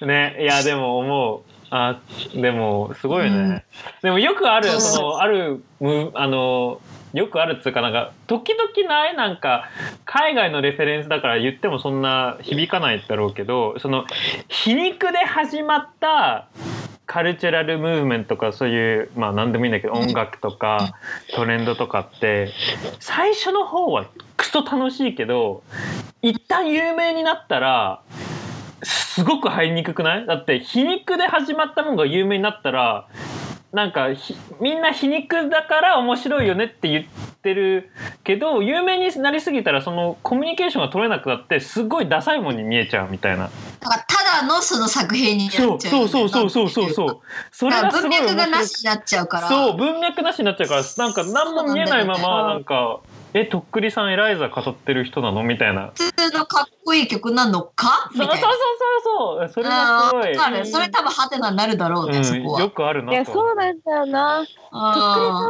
B: たねいやでも思うあでもすごいよね、
A: うん
B: でもよくある
A: そうそう
B: そのあるむあのよくあるっつうかなんか時々ないなんか海外のレフェレンスだから言ってもそんな響かないだろうけどその皮肉で始まったカルチャラルムーブメントとかそういうまあ何でもいいんだけど音楽とかトレンドとかって最初の方はクソ楽しいけど一旦有名になったらすごく入りにくくないだって皮肉で始まったものが有名になったらなんかひみんな皮肉だから面白いよねって言ってるけど有名になりすぎたらそのコミュニケーションが取れなくなってすごいダサいもんに見えちゃうみたいな
A: だからただのその作品になっちゃう
B: そ
A: よ
B: う
A: ね。
B: そうそうそうそうそうそうそれ
A: だ
B: が
A: から
B: すご
A: 文
B: い面白い
A: 脈がなしになっちゃうから。
B: そう文脈なしになっちゃうからなんか何も見えないま
A: そう
C: なんだ
B: ま
C: よね
B: なんか「えとっくりさんエライザ語ってる人なの?」みたいな。
A: 普通のかっこいい曲なのかみ
B: そうそ
A: た
B: う
A: いな。
B: そうそうそうそれがすごい
A: あーわかる。それ多分ハテナになるだろうね、そこ
B: うん、
A: は
B: よ。くあるない
C: や
B: と思う
C: そうなんだよな。とっくりさん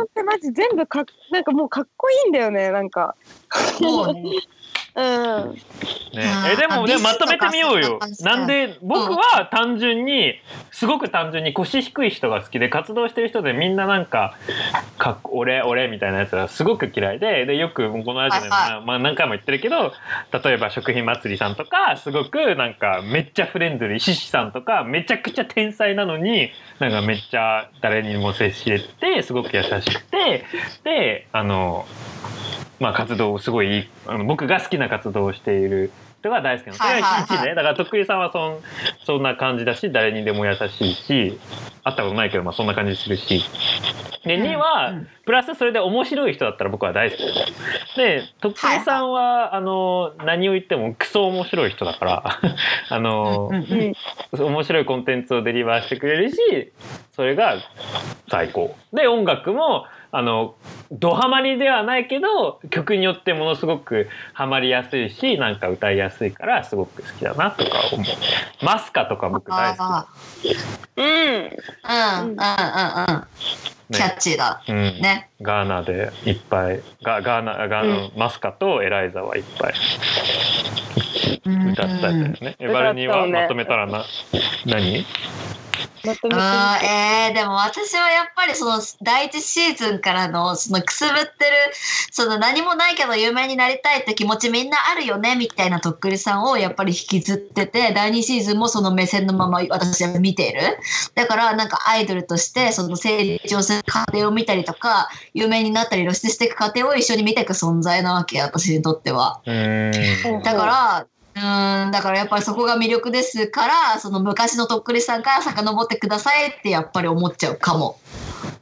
A: あ
C: ってマジ全部かっなんかもうかっこいいんだよねなんか。
A: あ、そうね。
C: うん。
B: ね
A: あ、ー
B: えで
A: あ
B: もね
A: ビー
B: ま
A: ズと
B: と
A: か
B: めてみよう
A: そん
B: よ
A: な感じ。か
B: なんで僕は単純にすごく単純に腰低い人が好きで活動してる人でみんななんか「かっこ俺俺」みたいなやつがすごく嫌いででよくこのラジオでもな、
A: はい
B: まあ、何回も言ってるけど例えば食品祭りさんとかすごくなんかめっちゃフレンドリー獅子さんとかめちゃくちゃ天才なのになんかめっちゃ誰にも接しれてすごく優しくてであのまあ活動をすごいいいあの僕が好きな活動をしている人が大好きなのそれが一
A: はいはいは
B: ねだから徳井さんはそんそんな感じだし誰にでも優しいし会ったことないけど、まあ、そんな感じするしで2は、
A: うん
B: プラスそれで面白い人だったら僕は大好きですで徳井さんは、あの何を言ってもクソ面白い人だから あの、
A: うん
C: うん。
B: 面白いコンテンツをデリバーしてくれるしそれが最高で音楽もあのドハマりではないけど曲によってものすごくハマりやすいしなんか歌いやすいからすごく好きだなとか思うマスカとか僕大好
A: あ
C: うん。
A: あ、うんうんうんうん。
B: き、
A: キャッチーだ。
B: うん
A: ね。
B: ガーナでいっぱいガガーナガーナのマスカとエライザはいっぱい
A: うん
B: 歌ったやつですね、エバルニーはまとめたらな何
C: まとめてみて
A: あーえー、でも私はやっぱりその第一シーズンからのそのくすぶってるその何もないけど有名になりたいって気持ちみんなあるよねみたいなとっくりさんをやっぱり引きずってて第二シーズンもその目線のまま私は見ているだからなんかアイドルとしてその成長する過程を見たりとか有名になったり露出していく過程を一緒に見ていく存在なわけ私にとっては。
B: うーん
A: だから、うーん、だからやっぱりそこが魅力ですから、その昔のとっくりさんから遡ってくださいってやっぱり思っちゃうかも。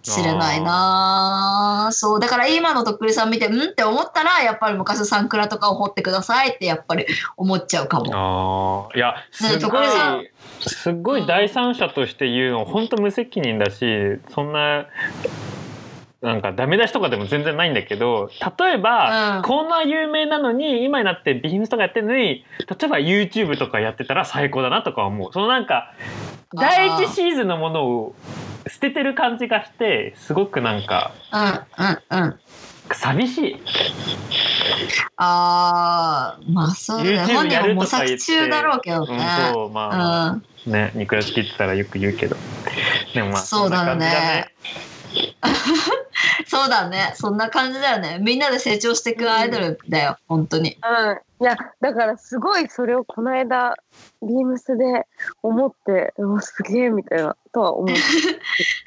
A: しれないなあそうだから今のとっくりさん見てうんって思ったらやっぱり昔のサンクラとかを掘ってくださいってやっぱり思っちゃうかも
B: ああいやす
A: と
B: ご
A: こ
B: い
A: ろが
B: すっごい第三者として言うの本当無責任だしそんななんかダメ出しとかでも全然ないんだけど例えば、
A: うん
B: こんな有名なのに今になってビームスとかやってるのに例えば YouTube とかやってたら最高だなとか思うそのなんか
A: あー
B: 第一シーズンのものを捨ててる感じがしてすごくなんか
A: うんうんうん
B: 寂しい
A: あーまあそうだね
B: YouTube
A: 本人
B: や
A: は
B: る
A: 模
B: とか言
A: 索
B: っ
A: 中
B: て
A: だろうけど
B: う
A: ね
B: ん、そうまあ
A: う
B: まあ、
A: ん
B: ね、肉屋敷って言ったらよく言うけど。でもまあ、
A: そうだよね
B: んな感じだね。
A: そうだねそんな感じだよねみんなで成長していくアイドルだよ本当に
C: うん、いやだからすごいそれをこの間ビームスで思ってうわすげえみたいなとは思う
A: で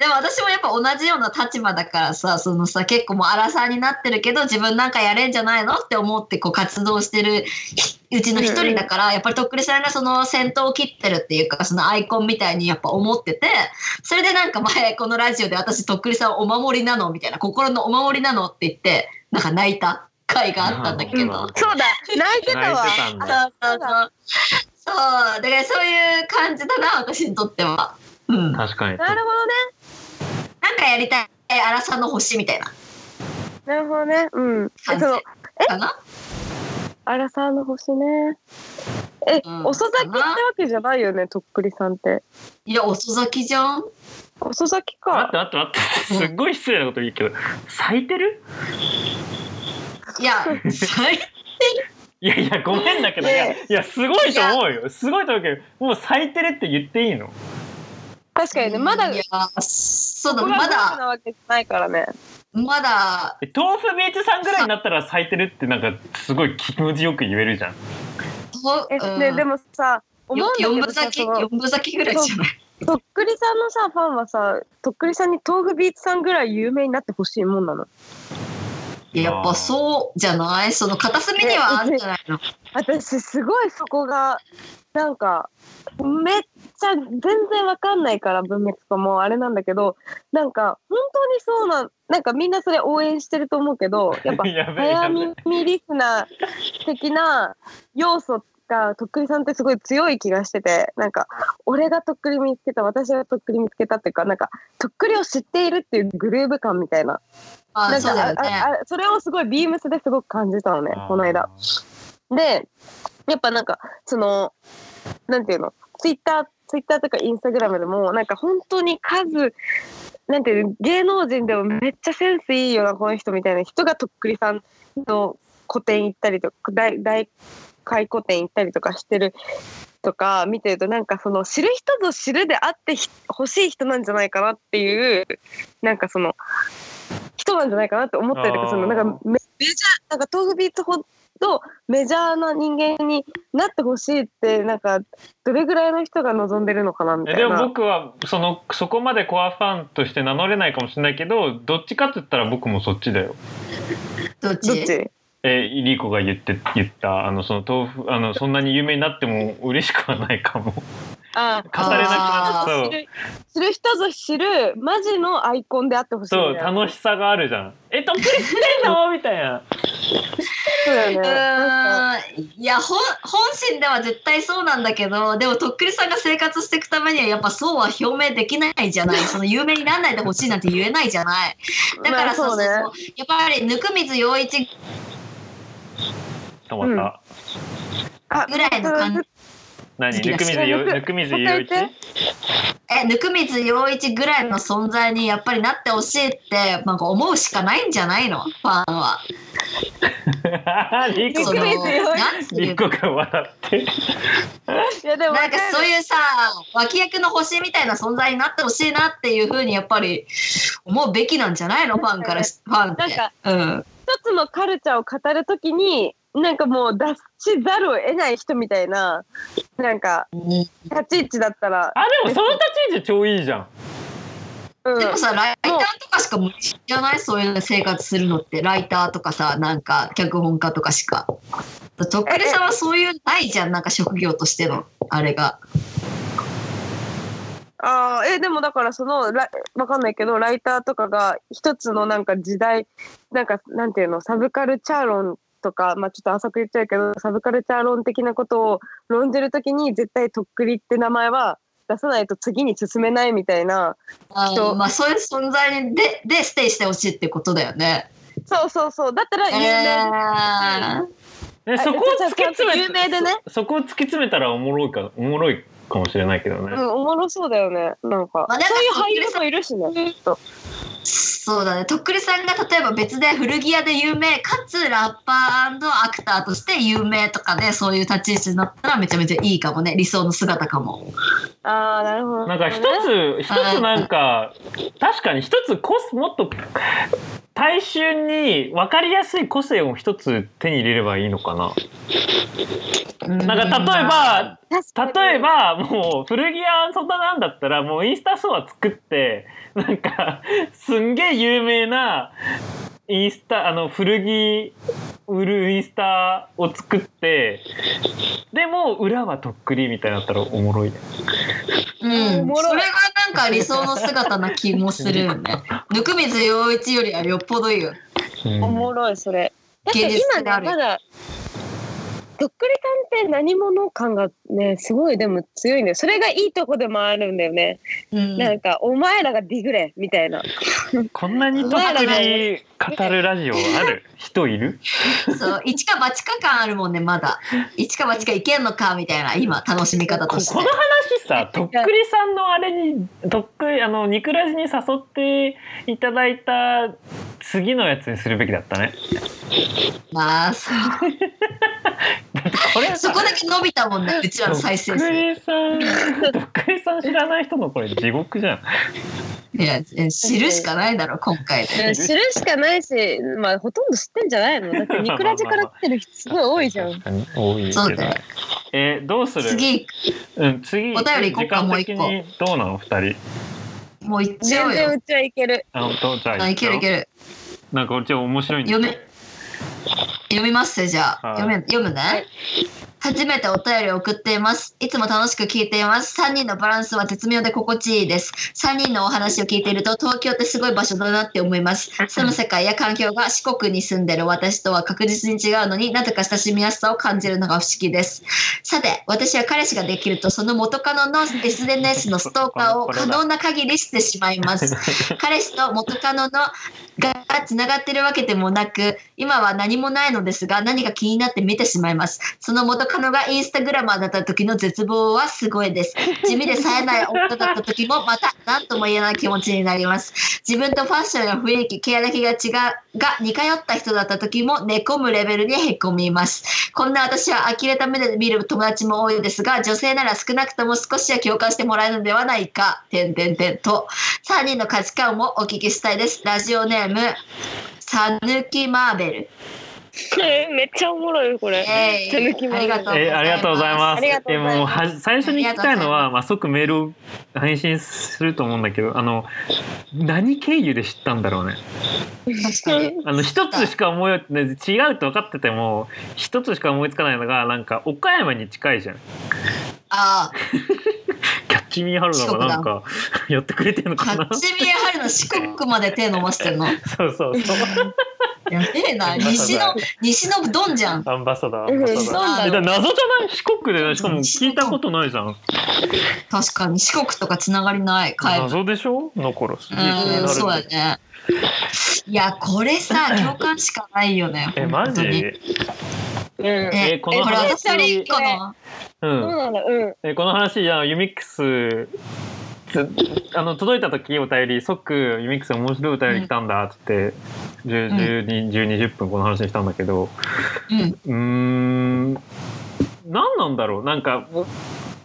A: も私もやっぱ同じような立場だからさそのさ結構もう荒さになってるけど自分なんかやれんじゃないのって思ってこう活動してるうちの一人だから、やっぱりとっくりさんがその先頭を切ってるっていうかそのアイコンみたいにやっぱ思っててそれでなんか前このラジオで私とっくりさんお守りなのみたいな心のお守りなのって言ってなんか泣いた回があったんだけ
B: うん
A: ど。
C: そうだ泣いてたわ
B: 泣いてたん
A: そう
B: だ。
A: そうそうそうだからそういう感じだな私にとっては。うん
B: 確かに。
C: なるほどね
A: なんかやりたい荒さの星みたいな
C: なるほどねうんえ
A: 感
C: そ
A: じ
C: の
A: かな。
C: アラサーの星ねえ、
A: うん
C: 遅咲きってわけじゃないよねとっくりさんって
A: いや遅咲きじゃん。
C: 遅咲き
B: 待っ
C: か
B: て待って待って。すっごい失礼なこと言うけど、咲いてる
A: いや最
B: いやいやごめんだけどいやいやすごいと思うよすごいと思うけどもう咲いてるって言っていいの
C: 確かにね、まだ、
A: いやそう
C: こ
A: だ
C: こが
A: ま
C: ゴール
A: だ
C: なわけじゃないからね。
A: まだ
B: え豆腐ビーチさんぐらいになったら咲いてるってなんかすごい気持ちよく言えるじゃん
A: と
C: え、
A: うん
C: ね、でもさ、思うんだ
A: 四
C: け
A: 分
C: どさ、
A: 咲き
C: その
A: 四分咲きぐらいじゃない
C: とっくりさんのさ、ファンはさ、とっくりさんに東腐ビーチさんぐらい有名になってほしいもんなの。
A: やっぱそうじゃないその片隅にはあるんじゃない の
C: 私、すごいそこが、なんか、めっちゃ全然わかんないから文脈とかもあれなんだけど、なんか、本当にそうなん、なんかみんなそれ応援してると思うけど、やっぱ
B: やべえや
C: 早
B: べえ
C: 耳リスナー的な要素がとっくりさんってすごい強い気がしててなんか俺がとっくり見つけた私がとっくり見つけたっていうかなんかとっくりを知っているっていうグルーヴ感みたいな
A: あ
C: なん
A: そ
C: か
A: うだよ
C: あ
A: ね
C: ああそれをすごいビームスですごく感じたのね
B: あー
C: この間。でやっぱなんかそのなんていうのツイッターツイッターとかインスタグラムでもなんか本当に数なんていうの芸能人でもめっちゃセンスいいよなこの人みたいな人がとっくりさんの個展行ったりとか大大回顧展行ったりとかしてるとか見てるとなんかその知る人ぞ知るであってひ欲しい人なんじゃないかなっていうなんかその人なんじゃないかなって思ったりと
B: あー
C: かそのなんかメメジャーなんか豆腐ビートほどメジャーな人間になってほしいってなんかどれぐらいの人が望んでるのかなみた
B: え
C: い
B: でも
C: な。
B: 僕はそのそこまでコアファンとして名乗れないかもしれないけどどっちかって言ったら僕もそっちだよ。
A: どっ
C: どっ
A: ち
C: ち
B: えリコが言って言ったあのその豆腐あのそんなに有名になっても嬉しくはないかも。
C: あ
B: 語れなくなっちゃう
C: 知。る知る人ぞ知るマジのアイコンであってほしい
B: そう
C: みたいな
B: 楽しさがあるじゃん。えとっくり知ってんのみたいな。
C: そうだよ
A: う
C: ね
A: ーんいや本本心では絶対そうなんだけどでもとっくりさんが生活していくためにはやっぱそうは表明できないじゃないその有名にならないでほしいなんて言えないじゃないだか
C: ま
A: ら
C: あ
A: そう
C: そう
A: そう
C: ね
A: そうやっぱり温水洋一
B: 止まった。
C: あ
A: ぐらいの感じ
B: 何
A: 好き
B: ぬ
A: だ
B: くみ
C: い
B: ず
C: やぬ
B: よ
C: く
B: ぬくみずよい
C: も
B: ち
C: う一回言っ
A: え温水洋一ぐらいの存在にやっぱりなってほしいってなんか思うしかないんじゃないのファンは。
B: リ
C: 温
B: コ
A: そ
C: 水
A: の
B: が
C: 洋一
A: なんていう
B: リ
A: か
B: コが笑って。
C: いやでも
A: なんかそういうさ脇役の星みたいな存在になってほしいなっていうふうにやっぱり思うべきなんじゃないのファンからしファンって。
C: なんか
A: うん
C: 一つのカルチャーを語るときになんかもう出しざるを得ない人みたいななんか立ち位置だったら、
B: あでもその立ち位置超いいじゃん。
C: うん、
A: でもさライタ
C: もう
A: ーとかしか無理じゃないそういう生活するのってライターとかさなんか脚本家とかしか。とっくりさんはそういうないじゃんなんか職業としてのあれが。
C: あーえでもだからそのラわかんないけどライターとかが一つのなんか時代なんかなんていうのサブカルチャー論とか、まあ、ちょっと浅く言っちゃうけどサブカルチャー論的なことを論じるときに絶対とっくりって名前は出さないと次に進めないみたいな
A: あ
C: そ
A: の
C: う
A: まあそういう存在にででステイしてほしいってことだよね。
C: そうそうそうだったら有名、
A: えー
B: え
C: あ
B: そこを突き詰め
C: 有名でね
B: そそこを突き詰めたらおもろいかおもろいかもしれないけどね。
C: うん、おもろそうだよね。なんか、
A: まあなんか
C: そういう俳優もいるしね。きっと
A: そうだねとっくりさんが例えば別で古着屋で有名かつラッパーアクターとして有名とかでそういう立ち位置になったらめちゃめちゃいいかもね理想の姿かも。
C: ああ、なるほど、
B: なんか一
C: ね
B: つ一つなんか確かに一つコスもっと大衆に分かりやすい個性を一つ手に入れればいいのかな。なんか例えば例え、ばもう古着屋そんななんだったらもうインスタストア作ってなんかすんげえ有名なインスタあの古着売るインスタを作ってでも裏はとっくりみたいになったらおもろいね。
A: うん、
C: お
A: うん、
C: もろい
A: それがなんか理想の姿な気もするよ ね。温水洋一よりはよっぽどいいよ。
B: うん
C: おもろい、それ。だって
A: 芸術
C: 今
A: 性あ
C: ね、
A: る
C: まだ、とっくりさんって何者感がね、すごいでも強いんだよ。それがいいとこでもあるんだよね。
A: うん、
C: なんか、お前らがディグレ、みたいな。
B: こんなにとっくり語るラジオある人いる
A: そう一か八か感あるもんねまだ一か八かいけんのかみたいな今楽しみ方
B: ことこ
A: して
B: の話さとっくりさんのあれにとっくりあのニクラジに誘っていただいた次のやつにするべきだったね。
A: まあそう
B: だってこれ
A: そ
B: さ
A: こだけ伸びたもんねうちらの再生
B: どっ
A: 数。
B: くりさ んどっくりさん知らない人のこれ地獄じゃん。
A: いやえ知るしかないだろ今回で。
C: いや知るしかないし、まあ、ほとんど知ってんじゃないのだって、ニクラジから来てる人すごい多いじゃん。
B: 確かに多いけ
A: そう
B: ど
A: だよ。
B: えーどうする？
A: 次
B: うん次。
A: お便り行こうか
B: 時間的
A: もう
B: にどうなの二人？
A: もう行っちゃお
C: 全
A: う
C: 然
A: よ。
C: うちはいける。
B: あ本当じゃあ
A: あいけるいける。
B: なんかこっちは面白いんです
A: 読め読みますよじゃあ、
B: はい
A: 読め読むね、
C: はい
A: 初めてお便りを送っていますいつも楽しく聞いています3人のバランスは絶妙で心地いいです3人のお話を聞いていると東京ってすごい場所だなって思います住む世界や環境が四国に住んでる私とは確実に違うのになぜか親しみやすさを感じるのが不思議ですさて私は彼氏ができるとその元カノの SNS のストーカーを可能な限りしてしまいます彼氏と元カノのがつながってるわけでもなく今は何もないのですが何か気になって見てしまいますその元カノがインスタグラマーだった時の絶望はすごいです地味で冴えない夫だった時もまた何とも言えない気持ちになります自分とファッションや雰囲気毛穴気が違うが似通った人だった時も寝込むレベルにへこみますこんな私は呆れた目で見る友達も多いですが女性なら少なくとも少しは共感してもらえるのではないか点点点と3人の価値観もお聞きしたいですラジオネームさぬきマーベル
C: めっちゃおもろい、これ
A: えいありがとう
B: えーありがとうございます。
C: ありがとう
B: えー
C: ござい
B: もう
C: ます
B: はじ最初に聞きたいの
A: あ
B: はまあ即メールを配信すると思うんだけどあの何経由で知ったんだろうね。
A: 確かに
B: あの一つしか思いよ違うって分かってても一つしか思いつかないのがなんか岡山に近いじゃん。
A: あ
B: キャッチミーハルダがなんか やってくれてるの
A: あカ
B: かな
A: ッ。チミヤハルの四国まで手伸ばして るのや
B: そうそうそう。
A: べえな西の西のドンじゃん
B: アンバサダー。ア
C: うん
B: ンバ
C: そう
B: サダー
C: な
B: え
C: ん
B: だ
C: だ
B: から謎じゃない四国でねしかも聞いたことないじゃん。
A: 確かに四国とかつながりない海外
B: 謎でしょの頃。すげえ気に
A: う
B: なる
A: ん、そうだね。いや、これさ、共感しかないよね。
B: えマジ？
A: 本当に
B: え
C: うん。
A: え
B: この
A: これ
B: 話
A: 私より一個の。
B: う。
C: そうんなんだ、うん。
B: えこの話あのユミックス。つあの届いた時お便り即ユミックス面白いお便り来たんだって言って10 12 12-10分この話にしたんだけど、
A: うん。
B: うーん何なんだろうなんか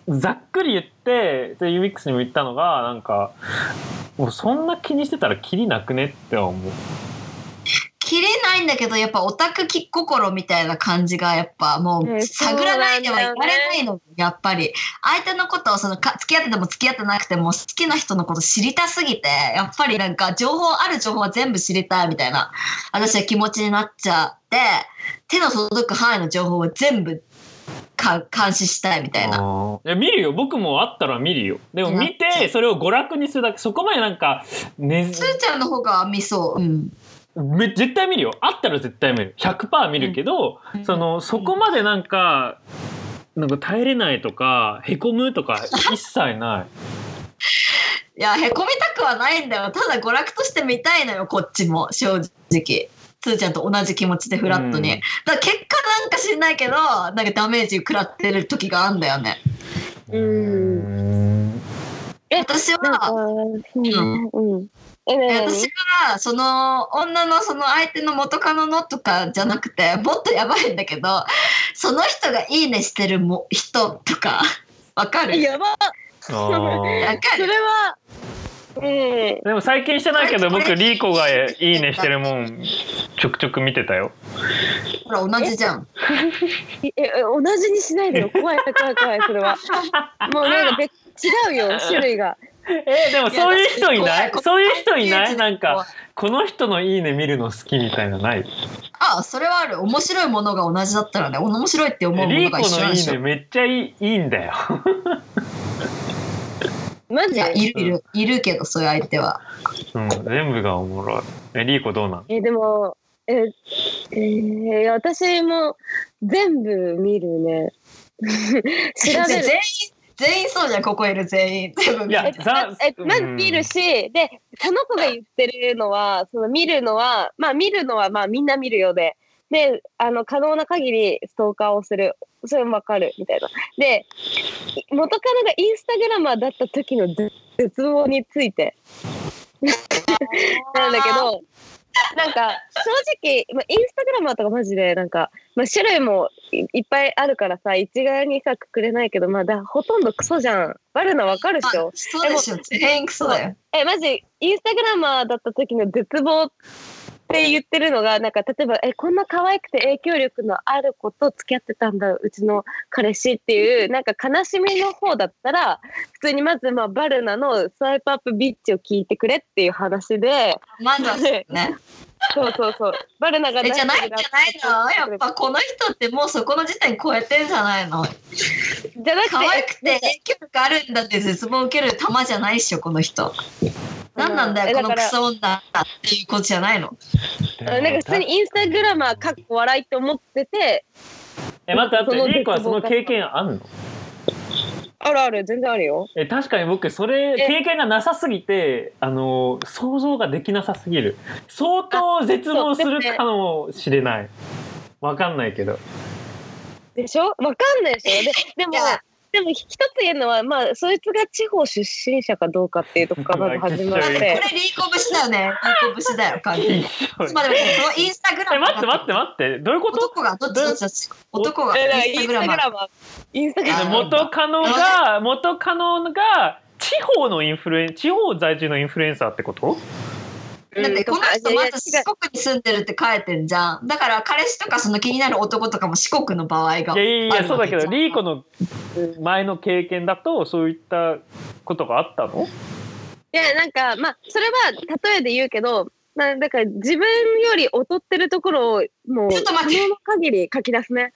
B: ざっくり言ってでユミックスにも言ったのがなんかもうそんな気にしてたらキリなくねっては思う
A: 切れないんだけど、やっぱオタクき心みたいな感じが、やっぱも
C: う
A: うん探らないではいられないの、やっぱり。相手のことをそのか付き合ってても付き合ってなくても、好きな人のこと知りたすぎて、やっぱりなんか情報、ある情報は全部知りたいみたいな、私は気持ちになっちゃって、手の届く範囲の情報を全部か監視したいみたいな。
B: いや見るよ僕もあったら見るよで
A: う
B: も
A: ん
B: 見てそれを娯楽にするだけそこまでなんか、ね、
A: すーちゃんの方が見そう。うん。
B: め絶対見るよあったら絶対見る100%見るけど、そのそこまでなんかなんか耐えれないとかへこむとか一切ない
A: いや、へこみたくはないんだよ。ただ娯楽として見たいのよ、こっちも、正直。つーちゃんと同じ気持ちでフラットに。
B: うん
A: だから結果なんか知んないけど、なんかダメージ食らってる時があるんだよね。
C: う
B: うん
A: 私
C: なん
A: は
C: か、、そうねうん。え、ねえ、
A: 私はその女のその相手の元カノのとかじゃなくてもっとやばいんだけどその人が「いいね」してるも人とかわか
C: 何
A: る
C: やば
B: あ ー
A: わか
C: それ
A: る
C: は、うん。
B: でも最近してないけど
A: これ
B: 僕リーコがいいねしてるもんちょくちょく見てたよ。
A: ほら同じじゃん。
C: え、え同じにしな いでよ。怖い、怖い、怖い、それは。もうなんか別、違うよ、種類が。
B: えでもそういう人いない
A: いや
B: そういう人いな
A: 怖い
B: いなんかこの人のいいね見るの好きみたいなない
A: ああそれはある面白いものが同じだったらね面白いって思うも
B: リ
A: の
B: ー
A: が
B: コ
A: 一緒なん
B: の
A: で
B: いい
A: しょ
B: ねめっちゃいいいいんだよ。
C: マ
A: い
C: ジ
A: や
C: で
A: いるいるいるけどそういう相手は
B: うん、全部がおもろい。えリーコどうなん
C: え、でも、え、えー私も全部見る ね。調べる
A: 全。員全員そうじゃんここいる全員全部
B: いや
C: え
B: ざ
C: え
B: うん
C: まず見るし、でその子が言ってるのはその見るのはまあ見るのはまあみんな見るようでであの可能な限りストーカーをするそれもわかるみたいなでい元カノがインスタグラマーだった時の絶絶望についてなんだけどなんか正直、まあ、インスタグラマーとかマジでなんか、まあ、種類もいいっぱいあるからさ一概にさくくれないけどまあだほとんどクソじゃん悪なわかるでしょ
A: そうでしょ全員クソだよ
C: えマジインスタグラマーだった時の絶望って言ってるのがなんか例えばえこんな可愛くて影響力のある子と付き合ってたんだうちの彼氏っていうなんか悲しみの方だったら普通にまずまあバルナのスワイプアップビッチを聞いてくれっていう話で
A: まだね
C: そうそうそうバルナが
A: えじゃないんじゃない のやっぱこの人ってもうそこの時点超えてんじゃないの
C: じゃなくて
A: 可愛く て影響力あるんだって絶望を受ける玉じゃないっしょこの人何なんだ
C: え
A: よこの
C: だか
A: ク
C: ら
A: ソ女っていうことじゃないの
C: なんか普通にインスタグラマーかっこ笑いって思ってて
B: え待って待
C: そ
B: っ
C: の
B: てリーコは
C: 絶
B: そ
C: 望
B: の
C: が
B: 経験あんの
C: あるある全然あるよ
B: え確かに僕それ
C: え
B: 経験がなさすぎてあの想像ができなさすぎる相当絶望するかもしれないわかんないけど
C: でしょわかんないでしょででも
A: いや
C: でも一つ言えるのはまあそいつが地方出身者かどうかっていうとこからまず始まっ
A: これ
B: え
A: リ
C: て
A: ーコ節だよねリーコ節だよ完全に
B: 一緒
A: つまりこのインスタグラ
B: え
A: ム
B: 待って待って待ってどういうこと
A: 男がどっちどっちどっち男が
C: えだから
A: インスタグラム
C: マーインスタグ
A: え
C: ラ
A: あ
C: マ
A: ー
B: 元カノが元カノが地方のインフルエン地方在住のインフルエンサーってこと
C: ー
A: だってこの人まず
C: いや
A: 四国に住んでるって書いてるじゃんだから彼氏とかその気になる男とかも四国の場合が
B: いやいやい
A: あ
B: や
A: る
B: そうだけど
A: わじゃん
B: リーコの前の経験だとそういったことがあったの
C: いやなんかまあそれは例えで言うけどまあだから自分より劣ってるところをもう
A: ちょっと待って
C: 可能な限り書き出すね。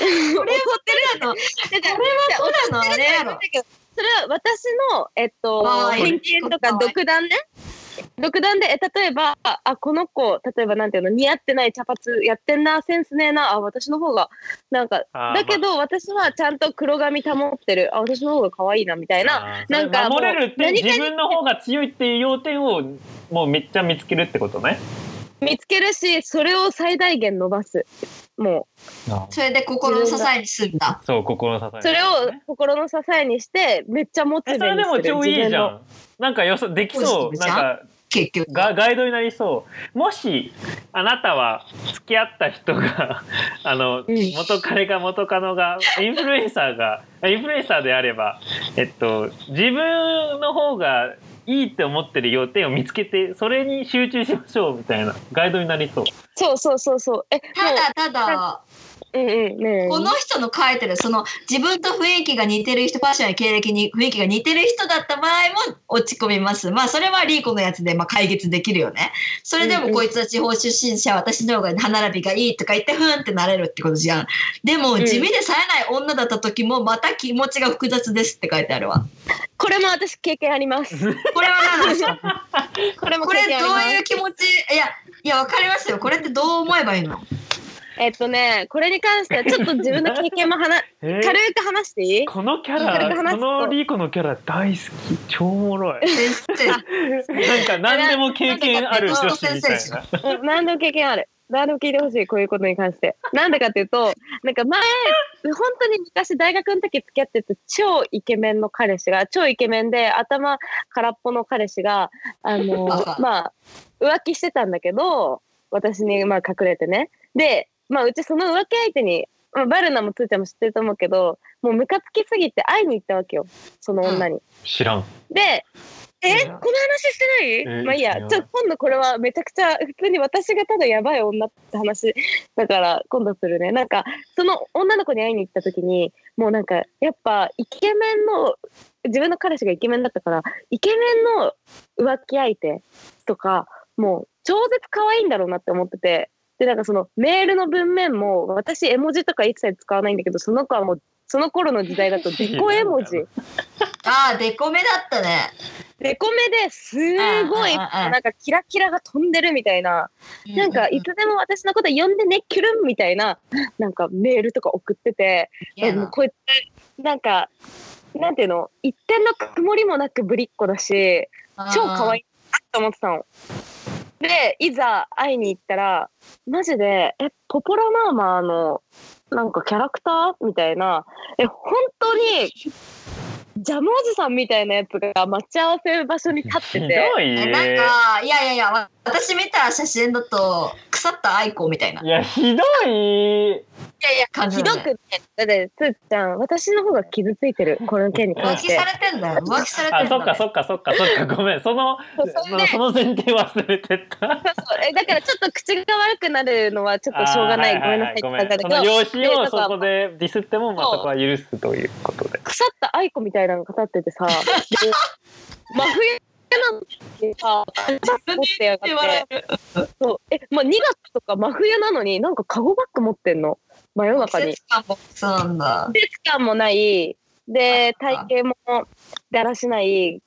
C: 劣ってる
A: だの
C: だから
A: そうなのあれやろ
C: それは私の、えっと
A: あ、ー
C: 偏見とか独断ね。独断で、え例えば、あ、この子、例えば、なんていうの、似合ってない茶髪やってんな、センスねえな、あ、私の方が、なんか、
B: あー
C: だけど、私はちゃんと黒髪保ってる、あ、私の方が可愛いな、みたいな。
B: あー
C: なんかもう
B: 守れるって
C: 何かに
B: 自分の方が強いっていう要点をもうめっちゃ見つけるってことね。
C: 見つけるし、それを最大限伸ばす。も
A: それで心の支えにすんだ
B: そう心の支
C: う、
B: え。
C: それを心の支えにして、めっちゃモチベ
B: え
C: に
B: そ
C: する。
B: れでも超いい
C: 自分
B: じゃ
C: の。
B: ん。なんかよそでき
A: ポ
B: そう。
A: ジティブ
B: な
A: じゃ
B: ん
A: ん
B: か
A: 結局
B: がガイドになりそう。もしあなたは付き合った人が あの
C: うん
B: 元彼が元カノがインフルエンサーがインフルエンサーであればえっと自分の方がいいって思ってる要点を見つけてそれに集中しましょうみたいなガイドになりそう。
C: そうそうそうそう。え、も
A: ただただ
C: う、うんうん、ねえ
A: この人の書いてるその自分と雰囲気が似てる人ファッションや経歴に雰囲気が似てる人だった場合も落ち込みますまあそれはリーコのやつでまあ解決できるよねそれで
C: うんう
A: も
C: ん
A: こいつは地方出身者私の方が歯並びがいいとか言ってふんってなれるってことじゃんでも
C: うん
A: 地味で冴えない女だった時もまた気持ちが複雑ですって書いてあるわ
C: これも私経験あります。
A: これは何なんです か
C: これも
A: こ
C: 経
A: れ
C: 験あり
A: どう
C: ます。
A: いう気持ちいやいやわかりますよこれってどう思えばいいの
C: えっとね、これに関してはちょっと自分の経験も話
B: えー
C: 軽く話していい？
B: このキャ
C: 軽く
B: ラ、
C: 話
B: こ
C: すと
B: のリーコのキャラ大好き、超おもろい。
A: 先 生
B: なんか何でも経験ある女子みたいな。
C: うん何でも経験ある。何でも聞いてほしいこういうことに関して。なんでかっていうと、なんか前本当に昔大学の時付き合ってた超イケメンの彼氏が超イケメンで頭空っぽの彼氏があの
A: バカ
C: まあ浮気してたんだけど私にまあ隠れてね。でまあうちその浮気相手に。まあ、バルナもつーちゃんも知ってると思うけどもうムカつきすぎて会いに行ったわけよその女に。
B: 知らん。
C: で、え、こ
B: い
C: の
B: や
C: 話してない、
B: え
C: まあいい
B: い
C: や、
B: や
C: ちょ、今度これはめちゃくちゃ、普通に私がただやばい女って話だから、今度するね。なんか、その女の子に会いに行った時に、もうなんか、やっぱ、イケメンの、自分の彼氏がイケメンだったから、イケメンの浮気相手とか、もう、超絶可愛いんだろうなって思ってて、で、なんかその、メールの文面も、私、絵文字とか一切使わないんだけど、その子はもう、その頃の時代だ と、デコ絵文字。
A: ああデコめだったね
C: デコメですご
A: う
C: い
A: んうんうんうん
C: なんかキラキラが飛んでるみたいななんかいつでも私のこと呼んでねキュルンみたいななんかメールとか送ってて
A: 嫌
C: もう
A: な
C: こいつなんかなんていうの一点の曇りもなくぶりっ子だし超可愛いなと思ってたの。でいざ会いに行ったらマジでえポポラマーマーのなんかキャラクターみたいなえ本当にジャムおじさんみたいなやつが待ち合わせ場所に立って
B: ひど
C: て。
B: い
A: え
B: ね
A: なんかいやいやいやわ私見た写真だと腐った愛子みたいない
B: やひどい
A: やいや感じ
C: ひ
A: だ
C: ど
A: よ
C: く
A: ね
C: ね。だって、つーちゃん、私の方が傷ついてる、この件に関
A: 浮
C: し
A: 気
C: て
A: さ。れてんだよ浮気されてんだ
B: あ
A: よ
B: そっかそっかそっかそっかご めんその
C: そうそんで
B: その前提忘れてた
C: えだからちょっと口が悪くなるのはちょっ としょうがない。ごめんなさい。
B: あーはははごめん
C: だ
B: その
C: けど
B: 容姿をそこでディスってもまあそこは許すということで
C: 腐った愛子みたいなのが立ってて さ、で真冬なのにさ、持ってやがって。
A: える
C: そうえ、まあ、2月とか真冬なのになんかカゴバッグ持ってんの。真夜中
A: 季
C: に。
A: 節感もそうなんだ
C: 季節感もない。で、体型もだらしない。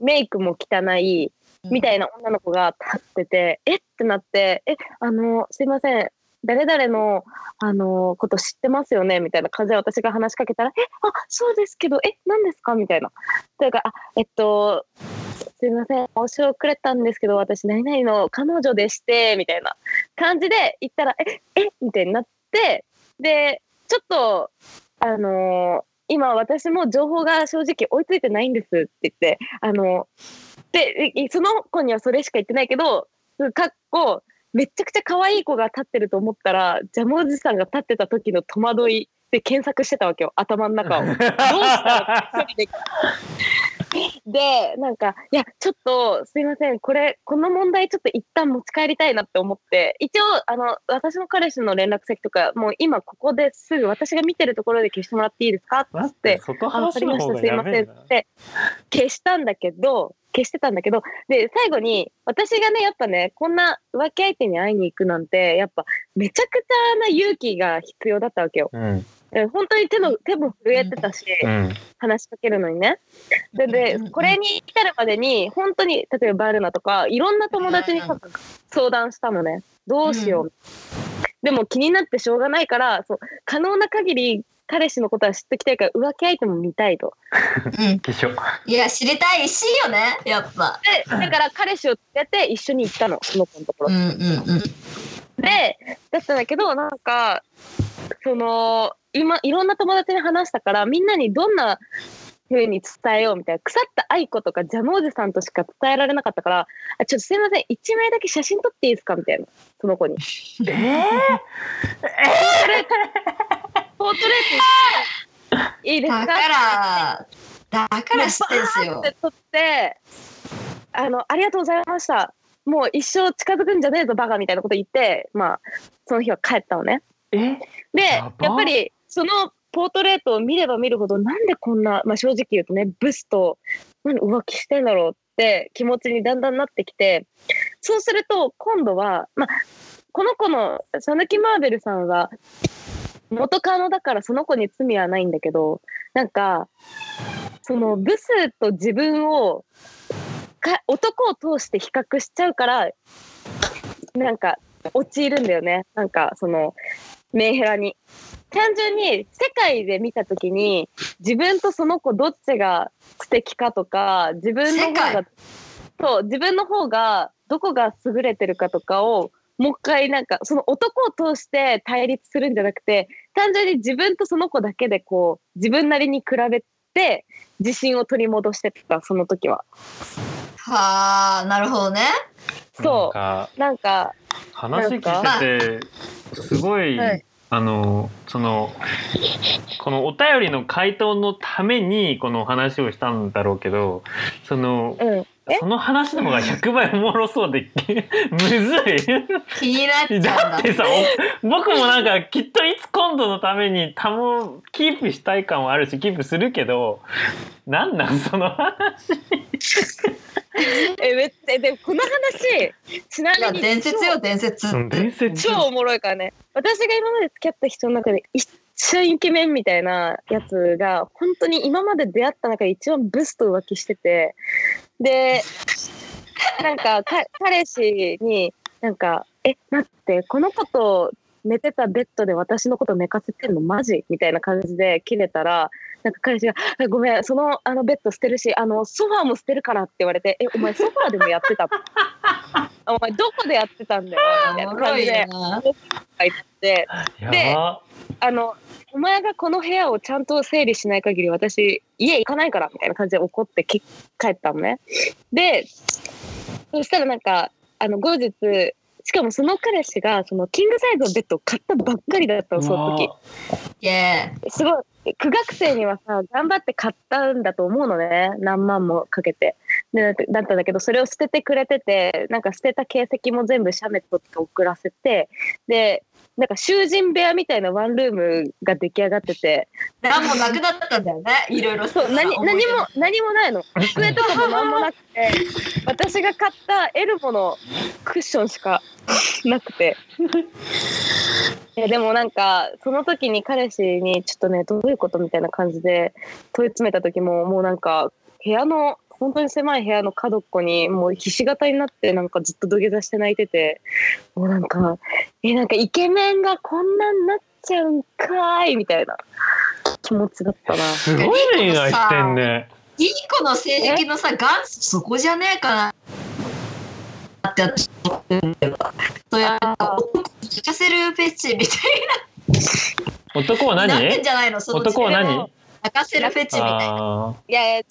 C: メイクも汚い。みたいな女の子が立ってて、えってなって、え、あの、すいません、誰々の、あの、こと知ってますよねみたいな感じで私が話しかけたら、え、あ、そうですけど、え、何ですかみたいな。というか、あ、えっと、すいません、お城くれたんですけど、私、何々の彼女でして、みたいな感じで言ったら、え、え、みたいになって、で、ちょっと、あの、今私も情報が正直追いついてないんですって言って、あの、でいその子にはそれしか言ってないけどかっこめちゃくちゃ可愛い子が立ってると思ったらジャムおじさんが立ってた時の戸惑いで検索してたわけよ頭の中を。どうしたら処理できるでなんかいやちょっとすいませんこれこの問題ちょっと一旦持ち帰りたいなって思って一応あの私の彼氏の連絡先とかもう今ここですぐ私が見てるところで消してもらっていいですかっ
B: 待
C: つ
B: っ
C: って
B: て
C: あ
B: 外
C: わ
B: 話
C: かり
B: の
C: まし
B: 方
C: た、
B: が
C: すい
B: や
C: ま
B: べ
C: せ
B: え
C: んっ
B: な
C: つって、消したんだけど、消してたんだけど、で、最後に、私がね、やっぱね、こんな浮気相手に会いに行くなんて、やっぱ、めちゃくちゃな勇気が必要だったわけよ。
B: うん
C: え本当に手の、手も震えてたし、
B: うん
C: 話しかけるのにね。で、
A: う
C: で
A: んうんうん
C: これに至るまでに、本当に、例えばバルナとか、いろんな友達にさ相談したのね。どうしよう。でも気になってしょうがないから、そう可能な限り、彼氏のことは知ってきたいから、浮気相手も見たいと。
A: うん
B: 化粧
A: いや知りたいしよねやっぱ
C: で、だから彼氏を連れて一緒に行ったの、その子のとこ
A: う
C: ろ。
A: んうんうん
C: で、だったんだけど、なんか、その、今、いろんな友達に話したから、みんなにどんな風に伝えようみたいな、腐った愛子とかジャムおじさんとしか伝えられなかったから、あちょっとすいません、一枚だけ写真撮っていいですかみたいな、その子に。
B: ええ
C: ポートレートいいですか
A: だからだから知ってんすよ
C: って撮ってあの「ありがとうございましたもう一生近づくんじゃねえぞバカ」みたいなこと言ってまあその日は帰ったのね
B: え
C: でや
B: や
C: っ
B: ば
C: ぱりそのポートレートを見れば見るほどなんでこんな、まあ、正直言うとねブスとなんで浮気してんだろうって気持ちにだんだんなってきてそうすると今度は、まあ、この子のサヌキ・マーベルさんは元カノだからその子に罪はないんだけどなんかそのブスと自分をか男を通して比較しちゃうからなんか陥るんだよねなんかそのメンヘラに。単純に世界で見た時に自分とその子どっちが素敵かとか自分の方
A: 世界
C: がそう自分の方がどこが優れてるかとかをもう一回なんかその男を通して対立するんじゃなくて単純に自分とその子だけでこう自分なりに比べて自信を取り戻してたその時は
A: はあなるほどね
B: なん
C: そ
B: か
C: うなんか
B: 話聞いててすごい、
C: はい
B: あのそのこのお便りの回答のためにこの話をしたんだろうけどその
C: うんえ
B: その話の方が100倍おもろそうで むず
A: 気になっ
B: い
A: ちゃうん
B: だ
A: だ
B: ってさお僕もなんかきっといつ今度のためにたもキープしたい感はあるしキープするけどなんなんその話
C: えめっちゃでもこの話ちない
A: や
C: みに
A: 伝説よ伝説
B: 伝説
C: 超超おもろいからね私が今まで付き合った人の中で一番イケメンみたいなやつが本当に今まで出会った中で一番ブスと浮気しててでなんかか彼氏になんか「え待ってこの子と寝てたベッドで私のこと寝かせてんのマジみたいな感じで切れたらなんか彼氏があ「ごめんそのあのベッド捨てるしあのソファーも捨てるから」って言われて「えお前ソファーでもやってた」 お前どこでやってたんだよ」みたいな感じで
A: な。
C: 入ってで
B: やば
C: あの「お前がこの部屋をちゃんと整理しない限り私家行かないから」みたいな感じで怒ってき帰ったのね。でそしたらなんかあの後日しかもその彼氏がそのキングサイズのベッドを買ったばっかりだったのその時
B: うわ
A: イエー
C: すごい苦学生にはさ頑張って買ったんだと思うのね何万もかけてでだってだったんだけどそれを捨ててくれててなんか捨てた形跡も全部シャメ取って送らせてでなんか囚人部屋みたいなワンルームが出来上がってて
A: 何もなくなったんだよね。いろいろ。
C: そう何何も何もないの机とかも何もなくて私が買ったエルボのクッションしか なくていやでもなんかその時に彼氏にちょっとねどういうことみたいな感じで問い詰めた時ももうなんか部屋の本当に狭い部屋の角っこにもうひし形になってなんかずっと土下座して泣いててもうなんかえなんかイケメンがこんなんなっちゃうんかーいみたいな気持ちだったな。
B: すごい恋愛してんね。
A: いい子の成績のさ、元祖そこじゃねえかな。って私思ってるんだけど。そうやって男を聞かせるフェチみた
B: 男は
A: に
B: い
A: なっ
B: 何
A: てんじゃないの。その
B: 男は
A: 自分
B: 何
A: を泣かせるフェチみたいな
B: あ
C: いやいや違う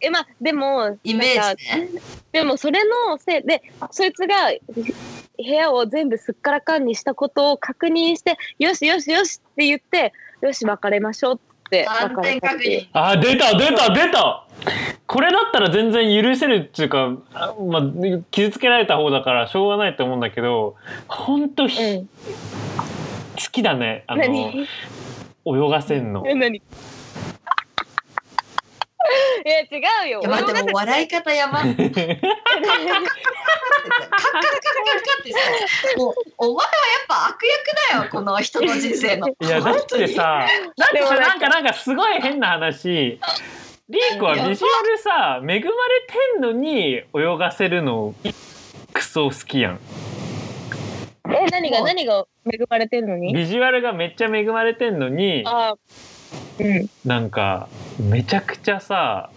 C: えまあでも
A: イメ
C: な
A: ー
C: んか
A: ジね。
C: でもそれのせいでそいつが部屋を全部すっからかんにしたことを確認してよしよしよしって言ってよし別れましょうって
A: 安
C: 別れ
A: 全
C: たっ
A: 確
C: ていう
A: 認。
B: ーあー出た出た出たこれだったら全然許せるっていうか、あまあ、傷つけられた方だからしょうがないと思うんだけど本当、ひ
C: うん
B: 好きだねあの
C: 何
B: 泳がせんの。
C: え何 いや違うよ
A: いや待ってもう笑い方や ば。カッカラカラカラカラってさもうお前はやっぱ悪役だよこの人の人生の。
B: いやだってさだってさなんかなんかすごい変な話リーコはビジュアルさ恵まれてんのに泳がせるのクソ好きやん
C: え何が何が恵まれてるのに
B: ビジュアルがめっちゃ恵まれてんのに
C: あうん
B: なんかめちゃくちゃさ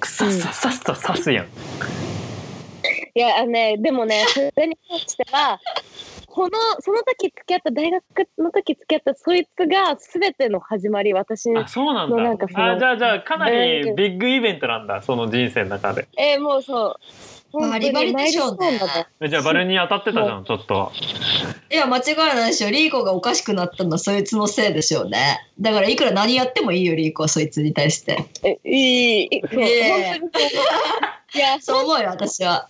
B: くさささささすやん
C: いやあのねでも ねそれに関してはこのその時付き合った大学の時付き合ったそいつが全ての始まり私に
B: あそうなん
C: も
B: だ
C: うなんかその
B: あじゃあじゃあかなりビッグイベントなんだその人生の中で
C: えー、もうそう本当
A: バリバリ
C: にマ
A: で
C: イ
A: し
C: ル
A: ょう
C: ス
A: ね
C: トーンだね
B: えじゃあバルに当たってたじゃんちょっと
A: いや間違いないでしょリーコがおかしくなったのはそいつのせいでしょうね。だからいくら何やってもいいよリーコはそいつに対 して。
C: えいいそう
A: いえ
C: 本当にそうい や
A: そう思うよ私は。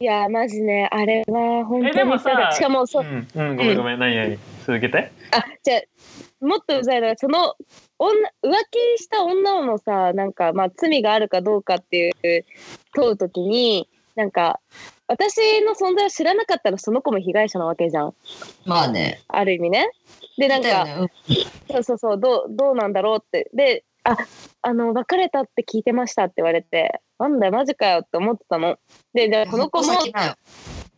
C: いやマジねあれは本当
B: えでも
C: に
B: さ
C: そうだしかもそううん
B: うんごめんごめん何何続けて
C: あじゃあもっとうざいのはその女浮気した女のさなんかまあ罪があるかどうかっていう問う時になんか私の存在を知らなかったらその子も被害者なわけじゃん
A: まあね。
C: ある意味ね。でなん
A: だよ
C: か、
A: ねうん
C: そうそうそうどうどうなんだろうってで「ああの別れたって聞いてました」って言われて「なんだよマジかよ」って思ってたの。ででこの子も
A: 矛先だよ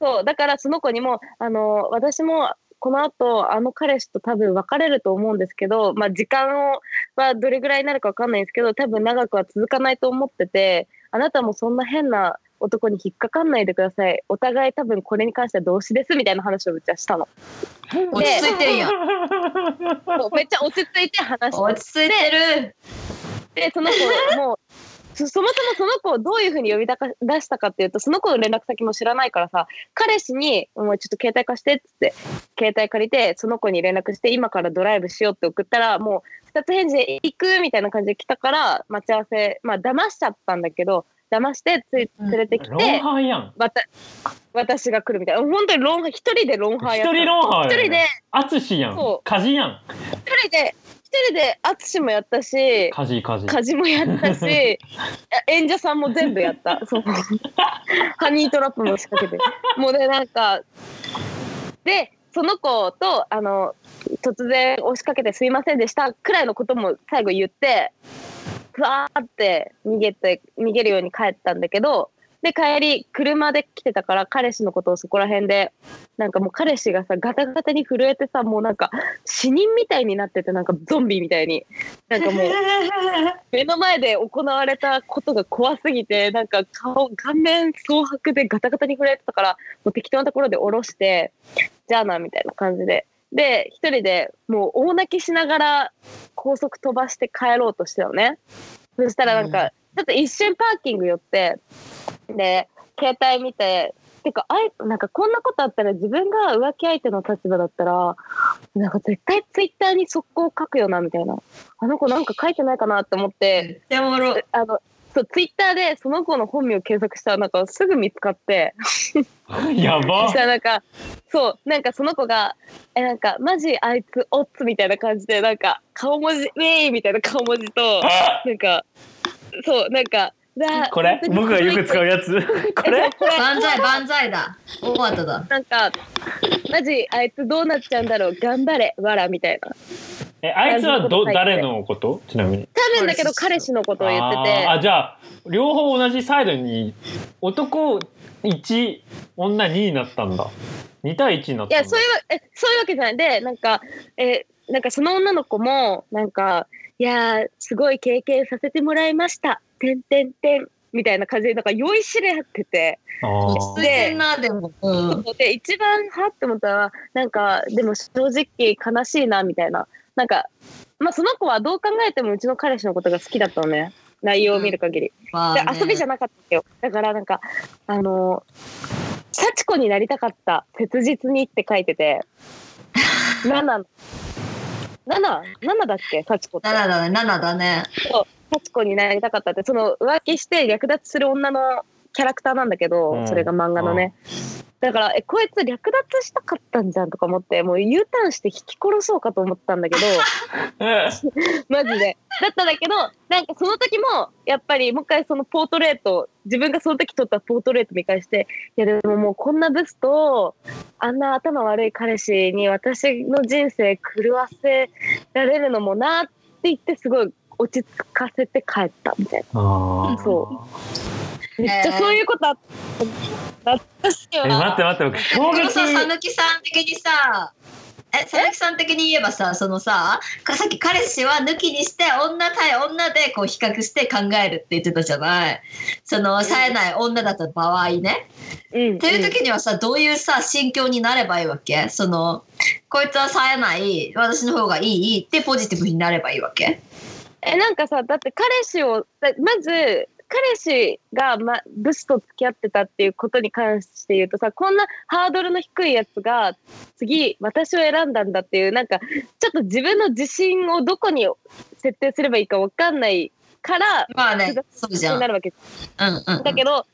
C: そうだからその子にもあの私もこの後あの彼氏と多分別れると思うんですけど、まあ、時間をはどれぐらいになるか分かんないんですけど多分長くは続かないと思っててあなたもそんな変な男に引っかかんないでくださいお互い多分これに関しては同志ですみたいな話をめっちゃしたの。
A: 落ち着いてるやん。
C: そうめっちゃ落ち着いて話して
A: 落ち着いてる。
C: でその子もうそそもそもその子をどういうふうに呼びだか出したかっていうとその子の連絡先も知らないからさ彼氏に「もうちょっと携帯貸して」っつって携帯借りてその子に連絡して今からドライブしようって送ったらもう2つ返事で「行く」みたいな感じで来たから待ち合わせまあ騙しちゃったんだけど騙してつい連れてき
B: ロン
C: て、
B: ハーやん
C: わた私が来るみたいな本当にロンハー一人でロンハー
B: 一
C: やった
B: 人ロンハーやん
C: 一人で
B: アツシやん
C: そう
B: カジやん
C: 一人で一人で淳もやったし
B: カジカジ
C: 家事もやったしえ演者さんも全部やったそうハニートラップも仕掛けてもうねなんかでその子とあの突然押しかけて「すいませんでした」くらいのことも最後言ってふわーって逃げて逃げるように帰ったんだけどで帰り車で来てたから彼氏のことをそこら辺でなんかもう彼氏がさガタガタに震えてさもうなんか死人みたいになっててなんかゾンビみたいになんかもう目の前で行われたことが怖すぎてなんか顔顔面蒼白でガタガタに震えてたからもう適当なところで降ろしてじゃあなみたいな感じで。で一人でもう大泣きしながら高速飛ばして帰ろうとしてたのねそしたらなんか、ちょっと一瞬パーキング寄ってで携帯見ててかあいなんかこんなことあったら自分が浮気相手の立場だったらなんか絶対ツイッターに速攻書くよなみたいなあの子なんか書いてないかなって思って
A: めっちゃ おもろ
C: あのそうツイッターでその子の本名を検索したらなんかすぐ見つかって。
B: や
C: そ
B: ば
C: したらなんかそうなんかその子が「えなんかマジあいつオッツ」みたいな感じでなんか顔文字「ウェイ」みたいな顔文字となんかそうなんか「わあ
B: これ僕がよく使うや つこれ
C: これ
A: 万歳万歳だ大畑だ
C: なんかマジあいつどうなっちゃうんだろう頑張れわら」みたいな
B: えあいつはど誰のことちなみに
C: 多分だけど彼氏のことを言ってて
B: あーあじゃあ両方同じサイドに男1女2になったんだ2対1になっ
C: い
B: たんだ
C: やそういうわえそういうわけじゃないでなんかえなんかその女の子もなんか「いやーすごい経験させてもらいました」てんてんてんみたいな感じでなんか酔いしれってて
B: あ
A: 落ち着い
B: ー
A: てんなでも、うん、
C: で一番はって思ったのはなんかでも正直悲しいなみたいななんかまあその子はどう考えてもうちの彼氏のことが好きだったのね内容を見る限り、
A: ま
C: で
A: あね
C: 遊びじゃなかったよだからなんかあの幸子になりたかった切実にって書いてて7七七だっけ幸子って
A: 7だね7だね
C: 幸子になりたかったってその浮気して略奪する女のキャラクターなんだけど、
B: うん
C: それが漫画のね、だからえこいつ略奪したかったんじゃんとか思ってもう U ターンして引き殺そうかと思ったんだけどマジでだったんだけどなんかその時もやっぱりもう一回そのポートレート自分がその時撮ったポートレート見返していやでももうこんなブスとあんな頭悪い彼氏に私の人生狂わせられるのもなって言ってすごい落ち着かせて帰ったみたいな。
B: あー
C: そめっちゃそういうことあった。私
B: え
C: は。
B: 待って待って僕衝
A: でも
B: 撃
A: さ、さぬきさん的にさ、え、さぬきさん的に言えばさ、そのさ、かさっき彼氏は抜きにして女対女でこう比較して考えるって言ってたじゃない。その冴えない女だった場合ね。
C: うん。
A: っていう時にはさ、どういうさ心境になればいいわけ？そのこいつは冴えない、私の方がいいってポジティブになればいいわけ？
C: え、なんかさ、だって彼氏を、だまず、彼氏が、ま、ブスと付き合ってたっていうことに関して言うとさこんなハードルの低いやつが次私を選んだんだっていうなんかちょっと自分の自信をどこに設定すればいいかわかんないから
A: まあね、そうじゃん。
C: に
A: う
C: なんるわけ
A: うん、うん。
C: だけど、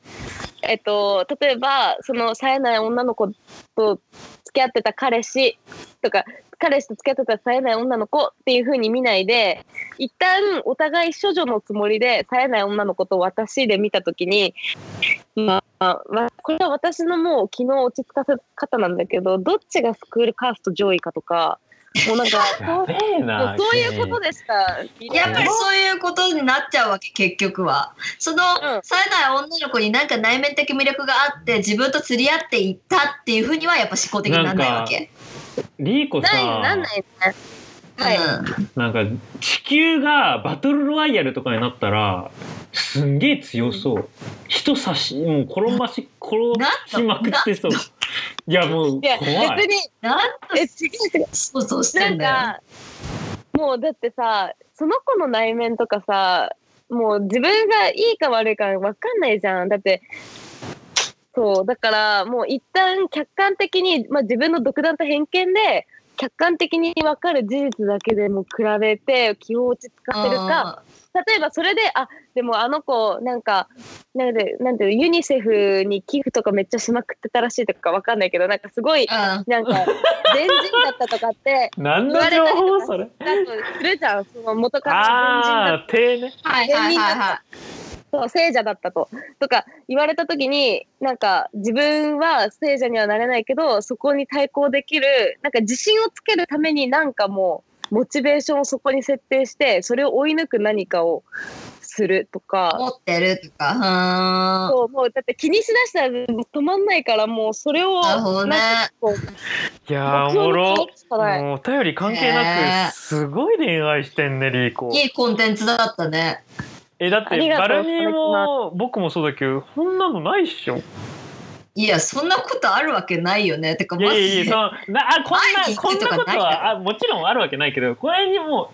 C: えっと、例えばその冴えない女の子と付き合ってた彼氏とか彼氏と付き合ってた冴えない女の子っていう風に見ないで一旦お互い処女のつもりで冴えない女の子と私で見た時に、まあ、まあこれは私のもう昨日落ち着かせ方なんだけどどっちがスクールカースト上位かとかもうなんか
B: や
C: そう
B: べえな
C: そういうことでしか
A: やっぱりそういうことになっちゃうわけ結局はその
C: うん
A: 冴えない女の子になんか内面的魅力があって自分と釣り合っていったっていうふうにはやっぱ思考的にならないわけ。
B: リーコ
C: ない
B: さ
C: なんないね。はい、
A: うん
B: なんか地球がバトルロワイヤルとかになったらすんげえ強そう人差しもう転ばし転しまくってそういやもう
C: いや
B: 怖
C: 別
B: い
C: に
A: なんと
C: え違う違う
A: 想像して
C: なんん
A: だよ。
C: かもうだってさその子の内面とかさもう自分がいいか悪いか分かんないじゃんだってそうだからもう一旦客観的に、まあ、自分の独断と偏見で客観的に分かる事実だけでも比べて気を落ち着かせるか例えばそれであでもあの子なんかなんでなんていうのユニセフに寄付とかめっちゃしまくってたらしいとか分かんないけどなんかすごい
A: うんうん
C: なんか全人だったとかって
B: 何の情報それ
C: だとするじゃんその元カノ
B: ああー手ね
A: はいはいはいは
C: の聖者だったととか言われた時になんか自分は聖者にはなれないけどそこに対抗できるなんか自信をつけるためになんかもうモチベーションをそこに設定してそれを追い抜く何かをするとか
A: 持ってるとか。うーん
C: そうもうだって気にしだしたらもう止まんないからもうそれを
A: なるほどね
C: なんかこう
B: いやーお
C: 目標
B: も
C: に
B: ろ
C: 変えるしかない
B: もうお便り関係
A: ね
B: な
A: え
B: くすごい恋愛してんねリーコ
A: いいコンテンツだったね。
B: えだっ
C: あ
B: て
C: りがと
B: バ
C: う
B: ルニーも僕もそうだけどこんなのないっしょ
A: いやそんなことあるわけないよね。てか
B: いや
A: マ
B: いやい
A: ジ
B: や
A: で
B: そのなあこん
A: 会い
B: な
A: に行
B: こん
A: くとか
B: な
A: ない
B: ことはあもちろんあるわけないけどこれにもう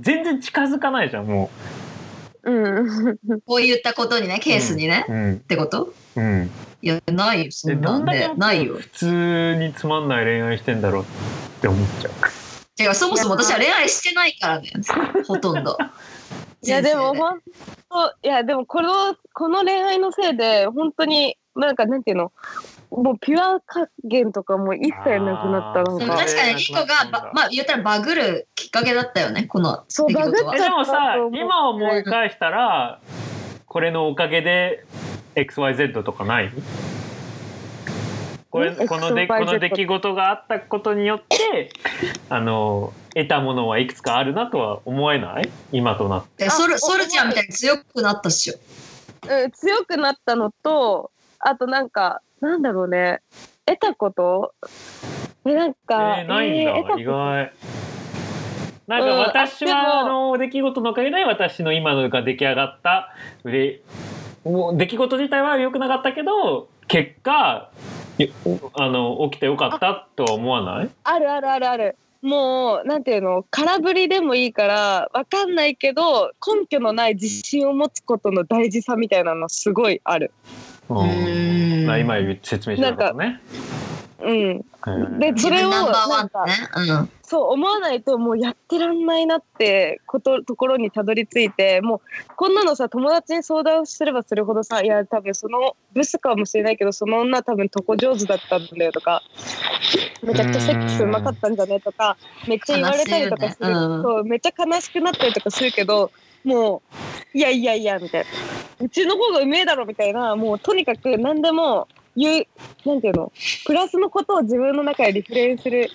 B: 全然近づかないじゃんも
C: うん
A: こういったことにねケースにね、
B: ううん
A: ってこと？
B: うん
A: いやないよそ
B: え
A: ん
B: ど
A: なんん
B: だ
A: で
B: け
A: ないよ。
B: 普通につまんない恋愛してんだろうって思っちゃう
A: 違うそもそも私は恋愛してないからねほとんど。
C: いやでも
A: 人生
C: 本当いやでもこのこの恋愛のせいで本当になんかなんていうのもうピュア加減とかも一切なくなったな
B: あー
C: ん
A: でも
B: そう
C: か
A: 確かにリコがばまあ言ったらバグるきっかけだったよねこの
C: そう
A: 出来事
C: バ
A: は
C: グ
B: え
C: っ。
B: でもさ
C: そうそう
B: 今思い返したらこれのおかげで XYZ とかないこれ
C: ん
B: こので
C: XYZ
B: この出来事があったことによってあの得たものはいくつかあるなとは思えない今となって。
A: え
C: あ
A: ソル
C: お
A: ソルちゃんみたいに強くなったっしょ。
C: うん、強くなったのとあとなんかなんだろうね得たことえなん
B: え
C: か、
B: ーないん
C: え
B: だ、
C: ー得た
B: 意
C: こ
B: 外。なんか
C: うん
B: 私は、
C: あ
B: あ
C: で
B: の出来事のおかげで私の今のが出来上がったうれもう出来事自体は良くなかったけど結果いあの起きてよかったとは思わない
C: あるあるあるあるもうなんていうの空振りでもいいからわかんないけど根拠のない自信を持つことの大事さみたいなのすごいある
A: うーん
B: まあ、今説明しなかったね。
C: うん
B: うん
C: でそれを
A: ナンバーワ
C: な
A: ンだ
C: んか
A: ね。うん。
C: そう思わないともうやってらんないなってことところにたどり着いてもうこんなのさ友達に相談すればするほどさいや多分そのブスかもしれないけどその女多分とこ上手だったんだよとかめちゃくちゃセックスうまかったんじゃねとかめっちゃ言われたりとかす
A: 悲し
C: る、
A: いよねうん
C: そうめっちゃ悲しくなったりとかするけどもういやいやいやみたいなうちの方がうめえだろみたいなもうとにかく何でも言うなんていうのプラスのことを自分の中でリフレインする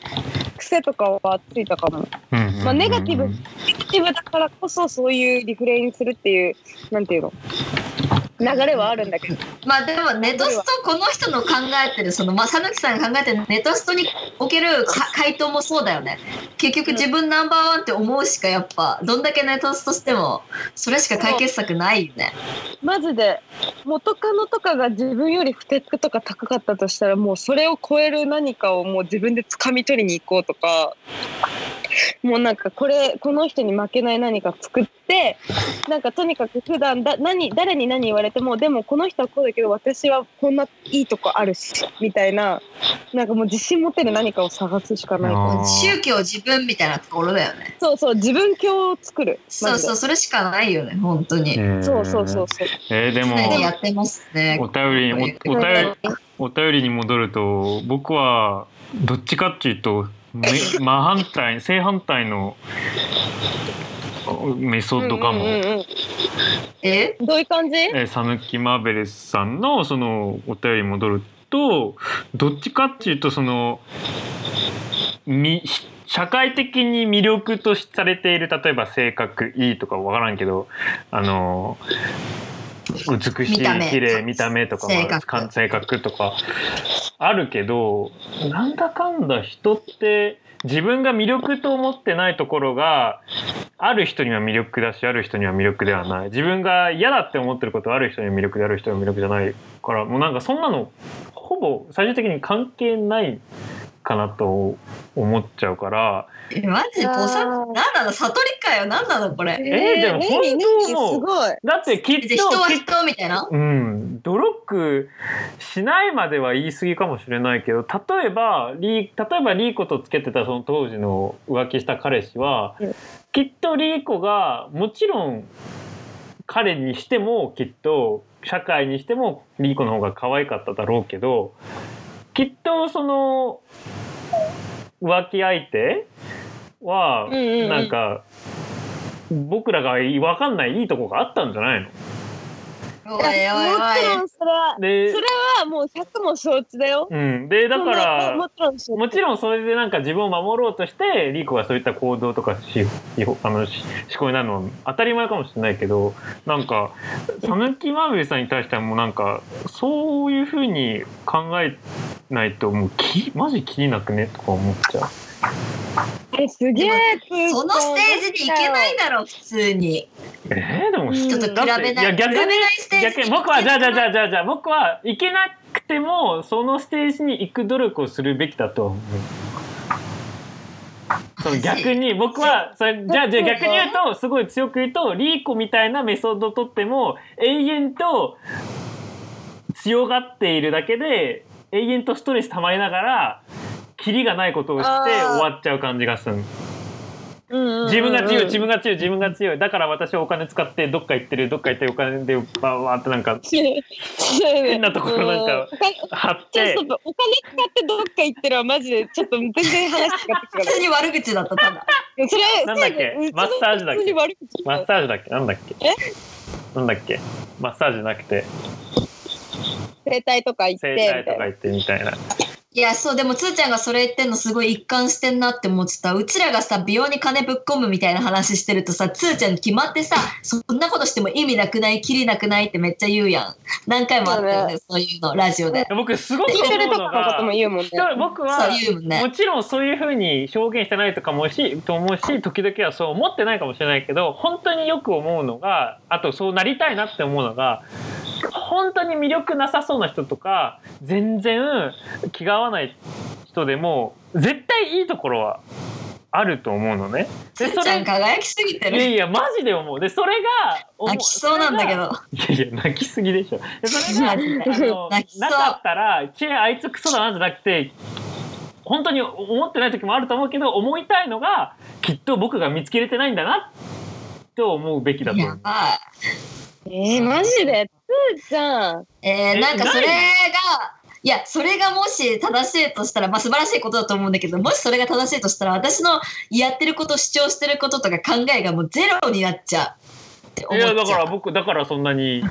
C: 癖とかはついたかも。まあネガティブネガティブだからこそそういうリフレインするっていうなんていうの流れはあるんだけど
A: まあでもネトストこの人の考えてるそのまあ讃岐さんが考えてるネトストにおけるか回答もそうだよね。結局自分ナンバーワンって思うしかやっぱどんだけネトストしてもそれしか解決策ないよね。
C: マジで元カノとかが自分より不テックとか高かったとしたらもうそれを超える何かをもう自分で掴み取りに行こうとかもうなんかこれこの人に負けない何か作ってなんかとにかく普段だ何誰に何言われてもでもこの人はこうだけど私はこんないいとこあるしみたいななんかもう自信持てる何かを探すしかない
B: あー
A: 宗教自分みたいなところだよね。
C: そうそう自分鏡を作るマ
A: そう
C: ジで
A: そうそれしかないよね本当に。
C: そうそうそう。そう
B: えーで
A: 常
B: も
A: にやってますね。
B: お便りおお便
A: お
B: りお便りに戻ると僕はどっちかっていうとめ真反対正反対のおメソッドか
C: う
B: も。
C: んうんうん
A: え？
C: うんどういう感じ
B: えー、サヌキマーベレスさんのそのお便りに戻るとどっちかっていうとそのみ社会的に魅力とされている例えば性格いいとかわからんけどあの美しい
A: 見た目
B: 綺麗見た目とかもある
A: 性格
B: か性格とかあるけどなんだかんだ人って自分が魅力と思ってないところがある人には魅力だしある人には魅力ではない自分が嫌だって思ってることはある人には魅力である人には魅力じゃないからもうなんかそんなのほぼ最終的に関係ないかなと思っちゃうから
A: えマジでボサなんなの悟りかよなんなのこれ。
B: えーでも本当思う
C: すごい。
B: だってきっと
A: で人は
B: きっ
A: 人みたいな。
B: うん、努力しないまでは言い過ぎかもしれないけど例えばリー例えばリーコとつけてたその当時の浮気した彼氏は、
C: うん
B: きっとリーコがもちろん彼にしてもきっと社会にしてもリーコの方が可愛かっただろうけどきっとその浮気相手は
C: うんうんうん
B: なんか僕らが分かんないいいとこがあったんじゃないの
A: おい
C: い
A: おいおい
C: やもちろんそれは
B: で
C: それはもう100も承知だよ
B: うん、でだから
C: もちろん承知
B: もちろんそれでなんか自分を守ろうとしてリーコがそういった行動とかししあのし思考になるのは当たり前かもしれないけどなんか讃岐まみれさんに対してはもうなんかそういうふうに考えないともうきマジ気になくねとか思っちゃう。
C: えすげえ
A: そのステージに行けないだろ普通に
B: えー、でも
A: ちょっと比べ
B: だ
A: な
B: っ
A: い
B: て
A: 比
B: いや
A: べ
B: 逆に
A: ないステー
B: 逆
A: ジ
B: に
A: に
B: 僕はじゃあじゃあじゃあじゃあじゃあ僕は行けなくてもそのステージに行く努力をするべきだとは思う。その逆に僕はそれじゃあじゃあ逆に言うとすごい強く言うとリーコみたいなメソッドを取っても永遠と強がっているだけで永遠とストレス溜まりながらキリがないことをして終わっちゃう感じがする。自
C: 自
B: 分が強い自分が強い自分が強いだから私はお金使ってどっか行ってるどっか行ってるお金でバーバーってなんか変
C: 変
B: なところなんか貼っ
C: ちょってとお金使ってどっか行ってるはマジでちょっと全然話違ってき
A: 普
C: た
A: 通に悪口だったただ
C: それは
B: なんだっけ
C: うちの
B: マッサージだっけ
C: 普通に悪口
B: マッサージだっけなんだっけ
C: え
B: なんだっけマッサージじゃなくて
C: 整体とか行って
B: 整
C: みたい
B: 体とか
C: な
B: 行ってみたいない
A: やそうでもつーちゃんがそれ言ってんのすごい一貫してんなって思ってたうちらがさ美容に金ぶっ込むみたいな話してるとさつーちゃん決まってさそんなことしても意味なくないキリなくないってめっちゃ言うやん何回もあったよねそういうのラジオで
B: 僕すごく
C: 筋
B: 思
C: トレ
B: う
C: と
B: の
C: かのことも
B: が
C: 言うもんね
B: 人僕
A: そう
B: は
A: 言うもんね
B: もちろんそういうふうに表現してないとかもしと思うし時々はそう思ってないかもしれないけど本当によく思うのがあとそうなりたいなって思うのが本当に魅力なさそうな人とか全然気が合わない人でも絶対いいところはあると思うのね。
A: つ
B: で
A: ー
B: そ
A: ちゃ
B: れ
A: ん輝きすぎて
B: いや
A: る
B: いやマジで思う。でそれが思う
A: 泣きそうなんだけど
B: いやいや泣きすぎでしょ。で それがあの
A: 泣きそう
B: なかったら「チェあいつクソだな」じゃなくて本当に思ってない時もあると思うけど思いたいのがきっと僕が見つけれてないんだなと思うべきだと思
A: や
B: う。
A: ばい
C: えー、マジでつーちゃん
A: えー、
B: え
A: なんかそれが
B: ない
A: いやそれがもし正しいとしたら、まあ、素晴らしいことだと思うんだけどもしそれが正しいとしたら私のやってること主張してることとか考えがもうゼロになっちゃうって思っ
B: い
A: ちゃ
B: や
A: う
B: だから僕だからそんなに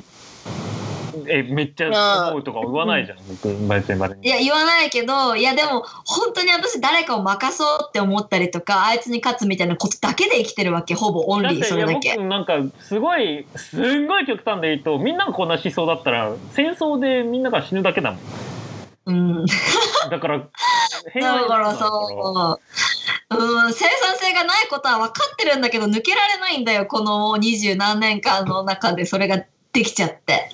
B: えめっちゃ思うとか言わないじゃん別にバレてバレ
A: いや言わないけどいやでも本当に私誰かを任そうって思ったりとかあいつに勝つみたいなことだけで生きてるわけほぼオン
B: だっ
A: リー
B: て
A: そ
B: い
A: れ
B: や
A: だけ。
B: 僕なんかすごいすんごい極端で言うとみんながこんな思想だったら戦争でみんなが死ぬだけだもん
A: うん、
B: だから平和
A: だ
B: に
A: か
B: なる
A: ら
B: んだから
A: そう、うん、生産性がないことは分かってるんだけど抜けられないんだよこの二十何年間の中でそれができちゃって。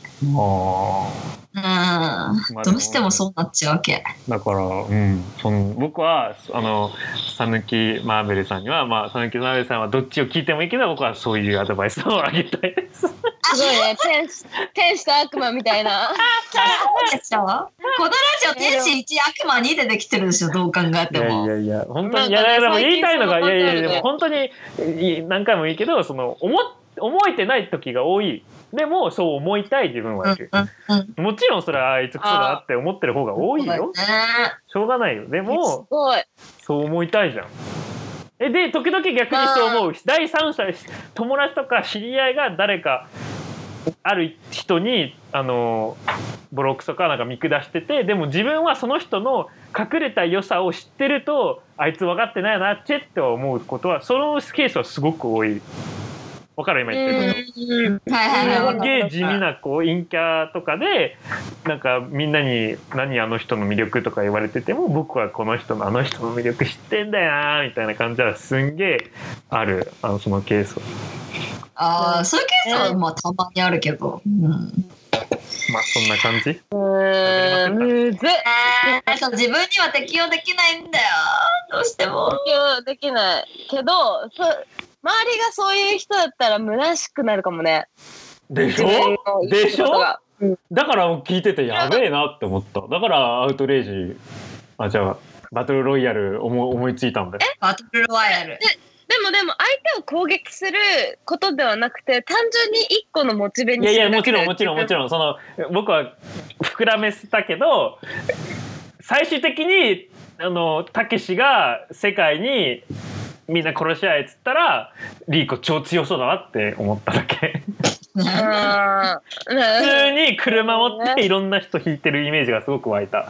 B: あ
A: うんどうしてもそうなっちゃうわけ。
B: ーだから、うん、その僕はあの讃岐マーベルさんにはまあ讃岐マーベルさんはどっちを聞いてもいいけど僕はそういうアドバイスをあげたいです。
C: すごいね天使天使と悪魔みたいな
A: そうでしょこのラジオ天使一悪魔2ででき てるでしょどう考え
B: い
A: て
B: や
A: も。
B: いやいや本当にい
C: なんか
B: やいやでも言いたいのがい
C: 最
B: や
C: 近
B: いやい
C: そ
B: や
C: の
B: でも本当にいい何回も言うけどその思っ思えてない時が多いでもそう思いたい自分
A: うん
B: は
A: う
B: いる、
A: んうん
B: もちろんそれはあいつクソだなって思ってる方が多い
A: そう
B: よ
A: だね
B: しょうがないよですも
C: ごい
B: そう思いたいじゃん。えで時々逆にそう思う第三者友達とか知り合いが誰かある人にあのボロクソかなんか見下しててでも自分はその人の隠れた良さを知ってるとあいつ分かってないなチェって思うことはそのケースはすごく多い。わかる今言ってること。
C: うん
A: はいはいはいわ
B: す
A: か
B: げ
A: る
B: え地味なこう陰キャとかでなんかみんなに「何あの人の魅力」とか言われてても僕はこの人のあの人の魅力知ってんだよなみたいな感じはすんげえあるあのそのケースは
A: ああそういうケースはまあたまにあるけど。うん
B: まあそんな感じ
C: うーんむずっ
A: あと自分には適用できないんだよどうしても。
C: いやできないけどそ周りがそういう人だったら虚しくなるかもね
B: でし
C: 自分
B: ょ
C: の言ってることが
B: だから聞いててやべえなって思っただからアウトレイジあじゃあバトルロイヤル思い思いついたんだよ
A: バトルロワイヤル。
C: でもでも相手を攻撃することではなくて単純に一個のモチベ
B: い
C: に
B: やい
C: す
B: や
C: るだ
B: も
C: け
B: ち
C: で
B: ろんもちろんもちろんその僕は膨らめたけど最終的にあのたけしが世界にみんな殺し合えっつったらリーコ超強そうだなって思っただけ
C: あー
B: 普
C: ね
B: 通に車持っていろんな人引いてるイメージがすごく湧いた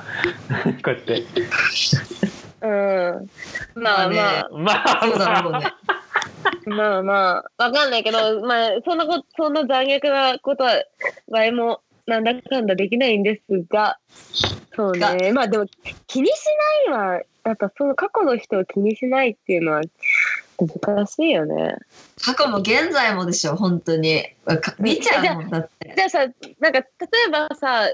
B: こうやって
C: うん。まあまあ、
B: まあ
A: そうだろう
B: まあ
A: ね。
C: まあまあ、わかんないけ ど、まあ、そんなこと、そんな残虐なことは、わいも、なんだかんだできないんですが、そうね。まあでも、気にしないは、やっぱその過去の人を気にしないっていうのは、難しいよね。
A: 過去も現在もでしょ本当にか見ちゃうもんだって
C: じゃあさ、なんか、例えばさ、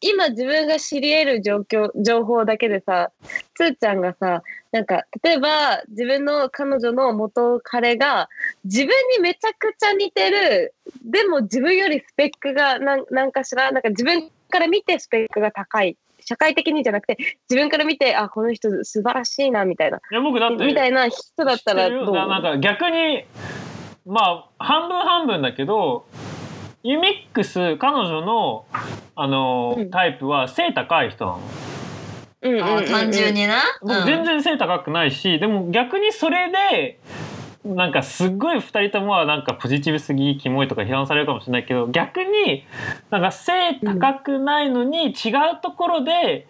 C: 今自分が知り得る状況、情報だけでさ、つーちゃんがさ、なんか、例えば自分の彼女の元彼が、自分にめちゃくちゃ似てる、でも自分よりスペックがなんなんかしら、なんか自分から見てスペックが高い。社会的にじゃなくて、自分から見て、あ、この人素晴らしいな、みたいな。
B: いや僕だって
C: みたいな人だったらどう
B: ななんか逆にまあ半分半分だけどユミックス彼女のあの、
C: うん
B: タイプは背高い人なの
C: うんうんうん
A: あ
C: うん
A: 単純にな、
B: 僕全然背高くないし、でも逆にそれでなんかすっごい2人ともはなんかポジティブすぎキモいとか批判されるかもしれないけど逆になんか背高くないのに違うところで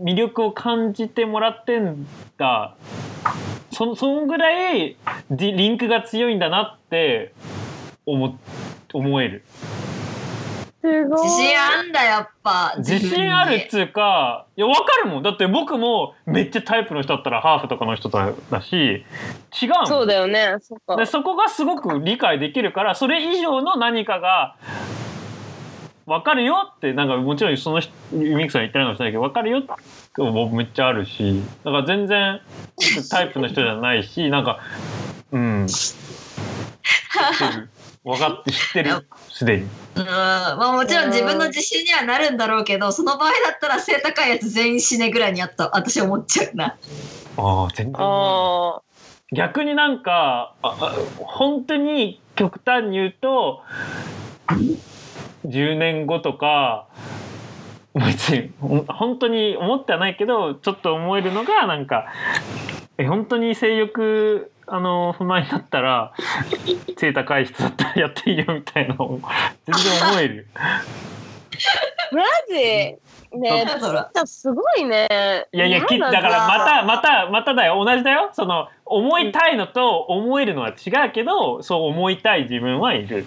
B: 魅力を感じてもらってんだそそんぐらいリリンクが強いんだなって思思える
C: すごい。
A: 自信あんだやっぱ
B: 自信あるっつうかいやわかるもんだって僕もめっちゃタイプの人だったらハーフとかの人だだし違うもん
C: そうだよね。そっか。
B: でそこがすごく理解できるからそれ以上の何かが分かるよってなんかもちろんその人ユミクさん言ってないかもしれないけど分かるよってもめっちゃあるしだから全然タイプの人じゃないしなんか うん知ってる分かって知ってる すでに。
A: うんまあもちろん自分の自信にはなるんだろうけどその場合だったら背高いやつ全員死ねぐらいにやった私思っちゃうな
B: ああ全然
C: あ
B: 逆になんかああ本当に極端に言うと10年後とか別にほん本当に思ってはないけどちょっと思えるのがなんかえ本当に性欲あの不満になったら背高い人だったらやっていいよみたいなのを全然思える。
C: あ。マジねえ、
A: だから
C: ちゃんすごいね。
B: いやいやきだ
C: なん
B: からま
C: さ
B: たまたまただよ同じだよその思いたいのと思えるのは違うけどそう思いたい自分はいる。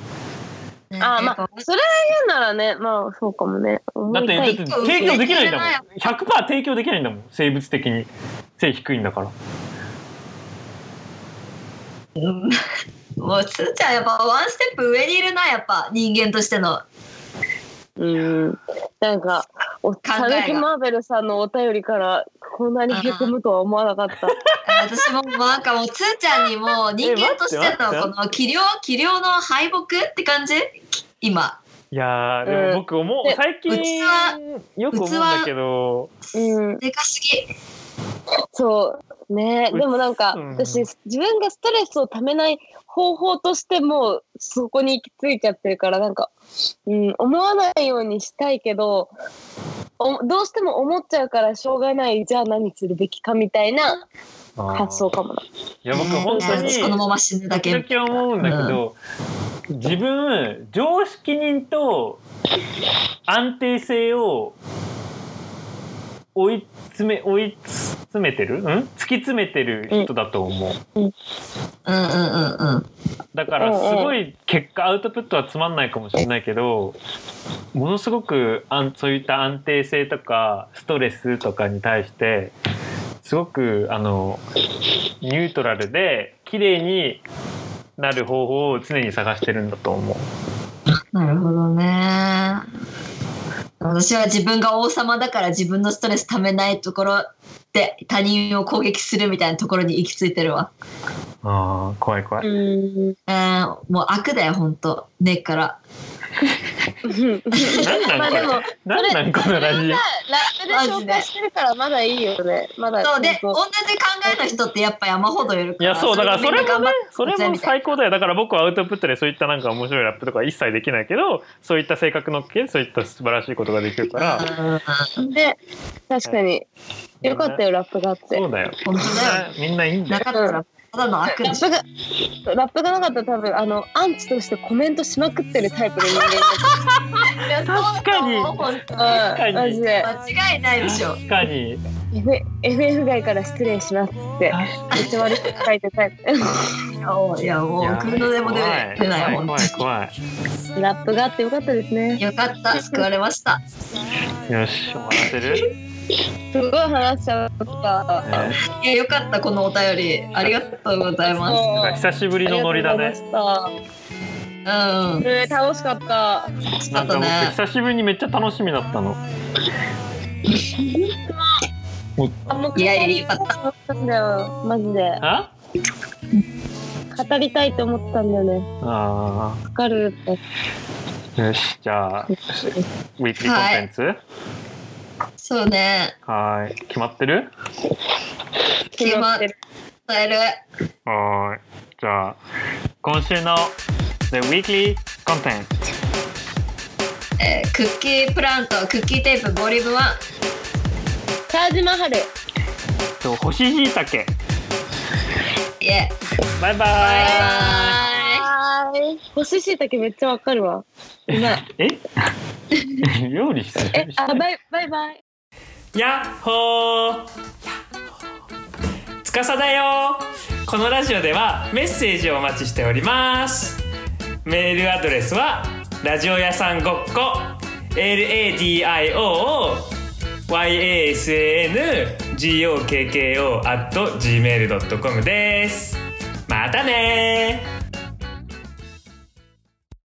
A: ね
C: あー
A: や
C: ま
A: っぱ
C: あ、それ言うならね、まあ、そうかもね。
B: だってだって
A: 一個
B: 提供できないんだもん
A: 上
B: 100%提供できないんだもん生物的に背低いんだから
A: うんもうつーちゃんやっぱワンステップ上にいるなやっぱ人間としての
C: うん。なんか、お
A: えが
C: たぬきマーベルさんのお便りから、こんなにへこむとは思わなかった。
A: あ私もなんかもうつーちゃんにもう人間として
B: え待って待って
A: のこの器量器量の敗北って感じき今
B: いやーで
C: うん
B: も僕思う、
C: で
B: 最近よく思うんだけど
C: うん。
A: でかすぎ
C: そう。ね
B: う
C: でもなんか、
B: うん
C: 私、自分がストレスをためない方法としてもう、そこに行き着いちゃってるから、なんか、うん、思わないようにしたいけど、おどうしても思っちゃうからしょうがない、じゃあ何するべきかみたいな
B: あー
C: 発想かもな。
B: いや僕本当に
A: うんこのまま死ぬだけ
B: 時々思うんだけど、自分常識人と安定性を追い詰め追い詰めてるん突き詰めてる人だと思う、
A: うんうんうんうん
B: だからすごい結果アウトプットはつまんないかもしれないけどものすごくあんそういった安定性とかストレスとかに対してすごくあのニュートラルで綺麗になる方法を常に探してるんだと思う。
A: なるほどね私は自分が王様だから自分のストレスためないところで他人を攻撃するみたいなところに行き着いてるわ
B: あー怖い怖い。
C: うん。
A: えー、もう悪だよほんと根っから
B: 何
C: ま
B: な
C: あで
B: んこれ
C: も、ラッ
B: 何なんこのラジ
C: プで紹介してるからまだいいよね。まだ。
A: そうで
C: 本
A: 同じ考えの人ってやっぱ山ほどいる
B: オ。
A: か
B: い
A: ら
B: やそうだからそれ
A: みんな頑
B: もね
A: 張っ
B: それも最高だよだから僕はアウトプットでそういったなんか面白いラップとか一切できないけどそういった性格のっけそういった素晴らしいことができるから
A: う
C: 当
A: ん
C: で、確かに、よかったよ、ラップがあって
B: そ。うだよ。
A: 本当だよ
B: みんないいん
A: な
B: だよ。
A: かったらただの悪で
C: ラッ
A: しょ
C: プがラップがなかったら多分あのアンチとしてコメントしまくってるタイプの人間
A: いや
B: 確かに
A: そう本当
C: だ
B: 確か
C: と思
B: に
C: うマジで
A: 間違いないでしょ
B: 確かに
C: F FF 外から失礼します ってめっちゃ悪く書いてタイプ
A: いやもういやもうクードでも出ない出ない
B: 怖
A: もん
B: 怖い怖い
C: ラップがあってよかったですね
A: よかった救われました
B: よし終わらせる
C: すごい話しちゃった、
B: ね
A: いやよかったこのお便りありがとうございます
B: なんか
C: 久
B: 久しぶりのノリだね
A: うん
C: えー、楽しかった。
A: しか
B: な
A: っ
B: んか
A: た
B: 僕
A: ね
B: 久しぶりにめっちゃ楽しみだったの
C: あもう
A: いやいやよかっ
C: 語りたいと思ったんだよ。マジで
B: あ
C: 語りたいと思ったんだよね。わ
B: あ
C: かる。
B: ーよしじゃあウィークリーコンテンツ
A: そうね
B: はーい決まってる
A: 決まっ
C: る。
A: 伝える
B: はーいじゃあ今週の The Weekly Content
A: えークッキープラントクッキーテープボリューム1
C: タージマハル。
B: と星しいたけ
A: イエ
B: バイ
A: バイ
B: バイ
A: バ
C: はい。干し椎茸めっちゃわかるわ。うまい。
B: え 料理した
C: え、あバイバイバイ。
B: やっほーつかさだよこのラジオではメッセージをお待ちしておりますメールアドレスはラジオ屋さんごっこ LADIOOYASANGOKKO at gmail.com ですまたねー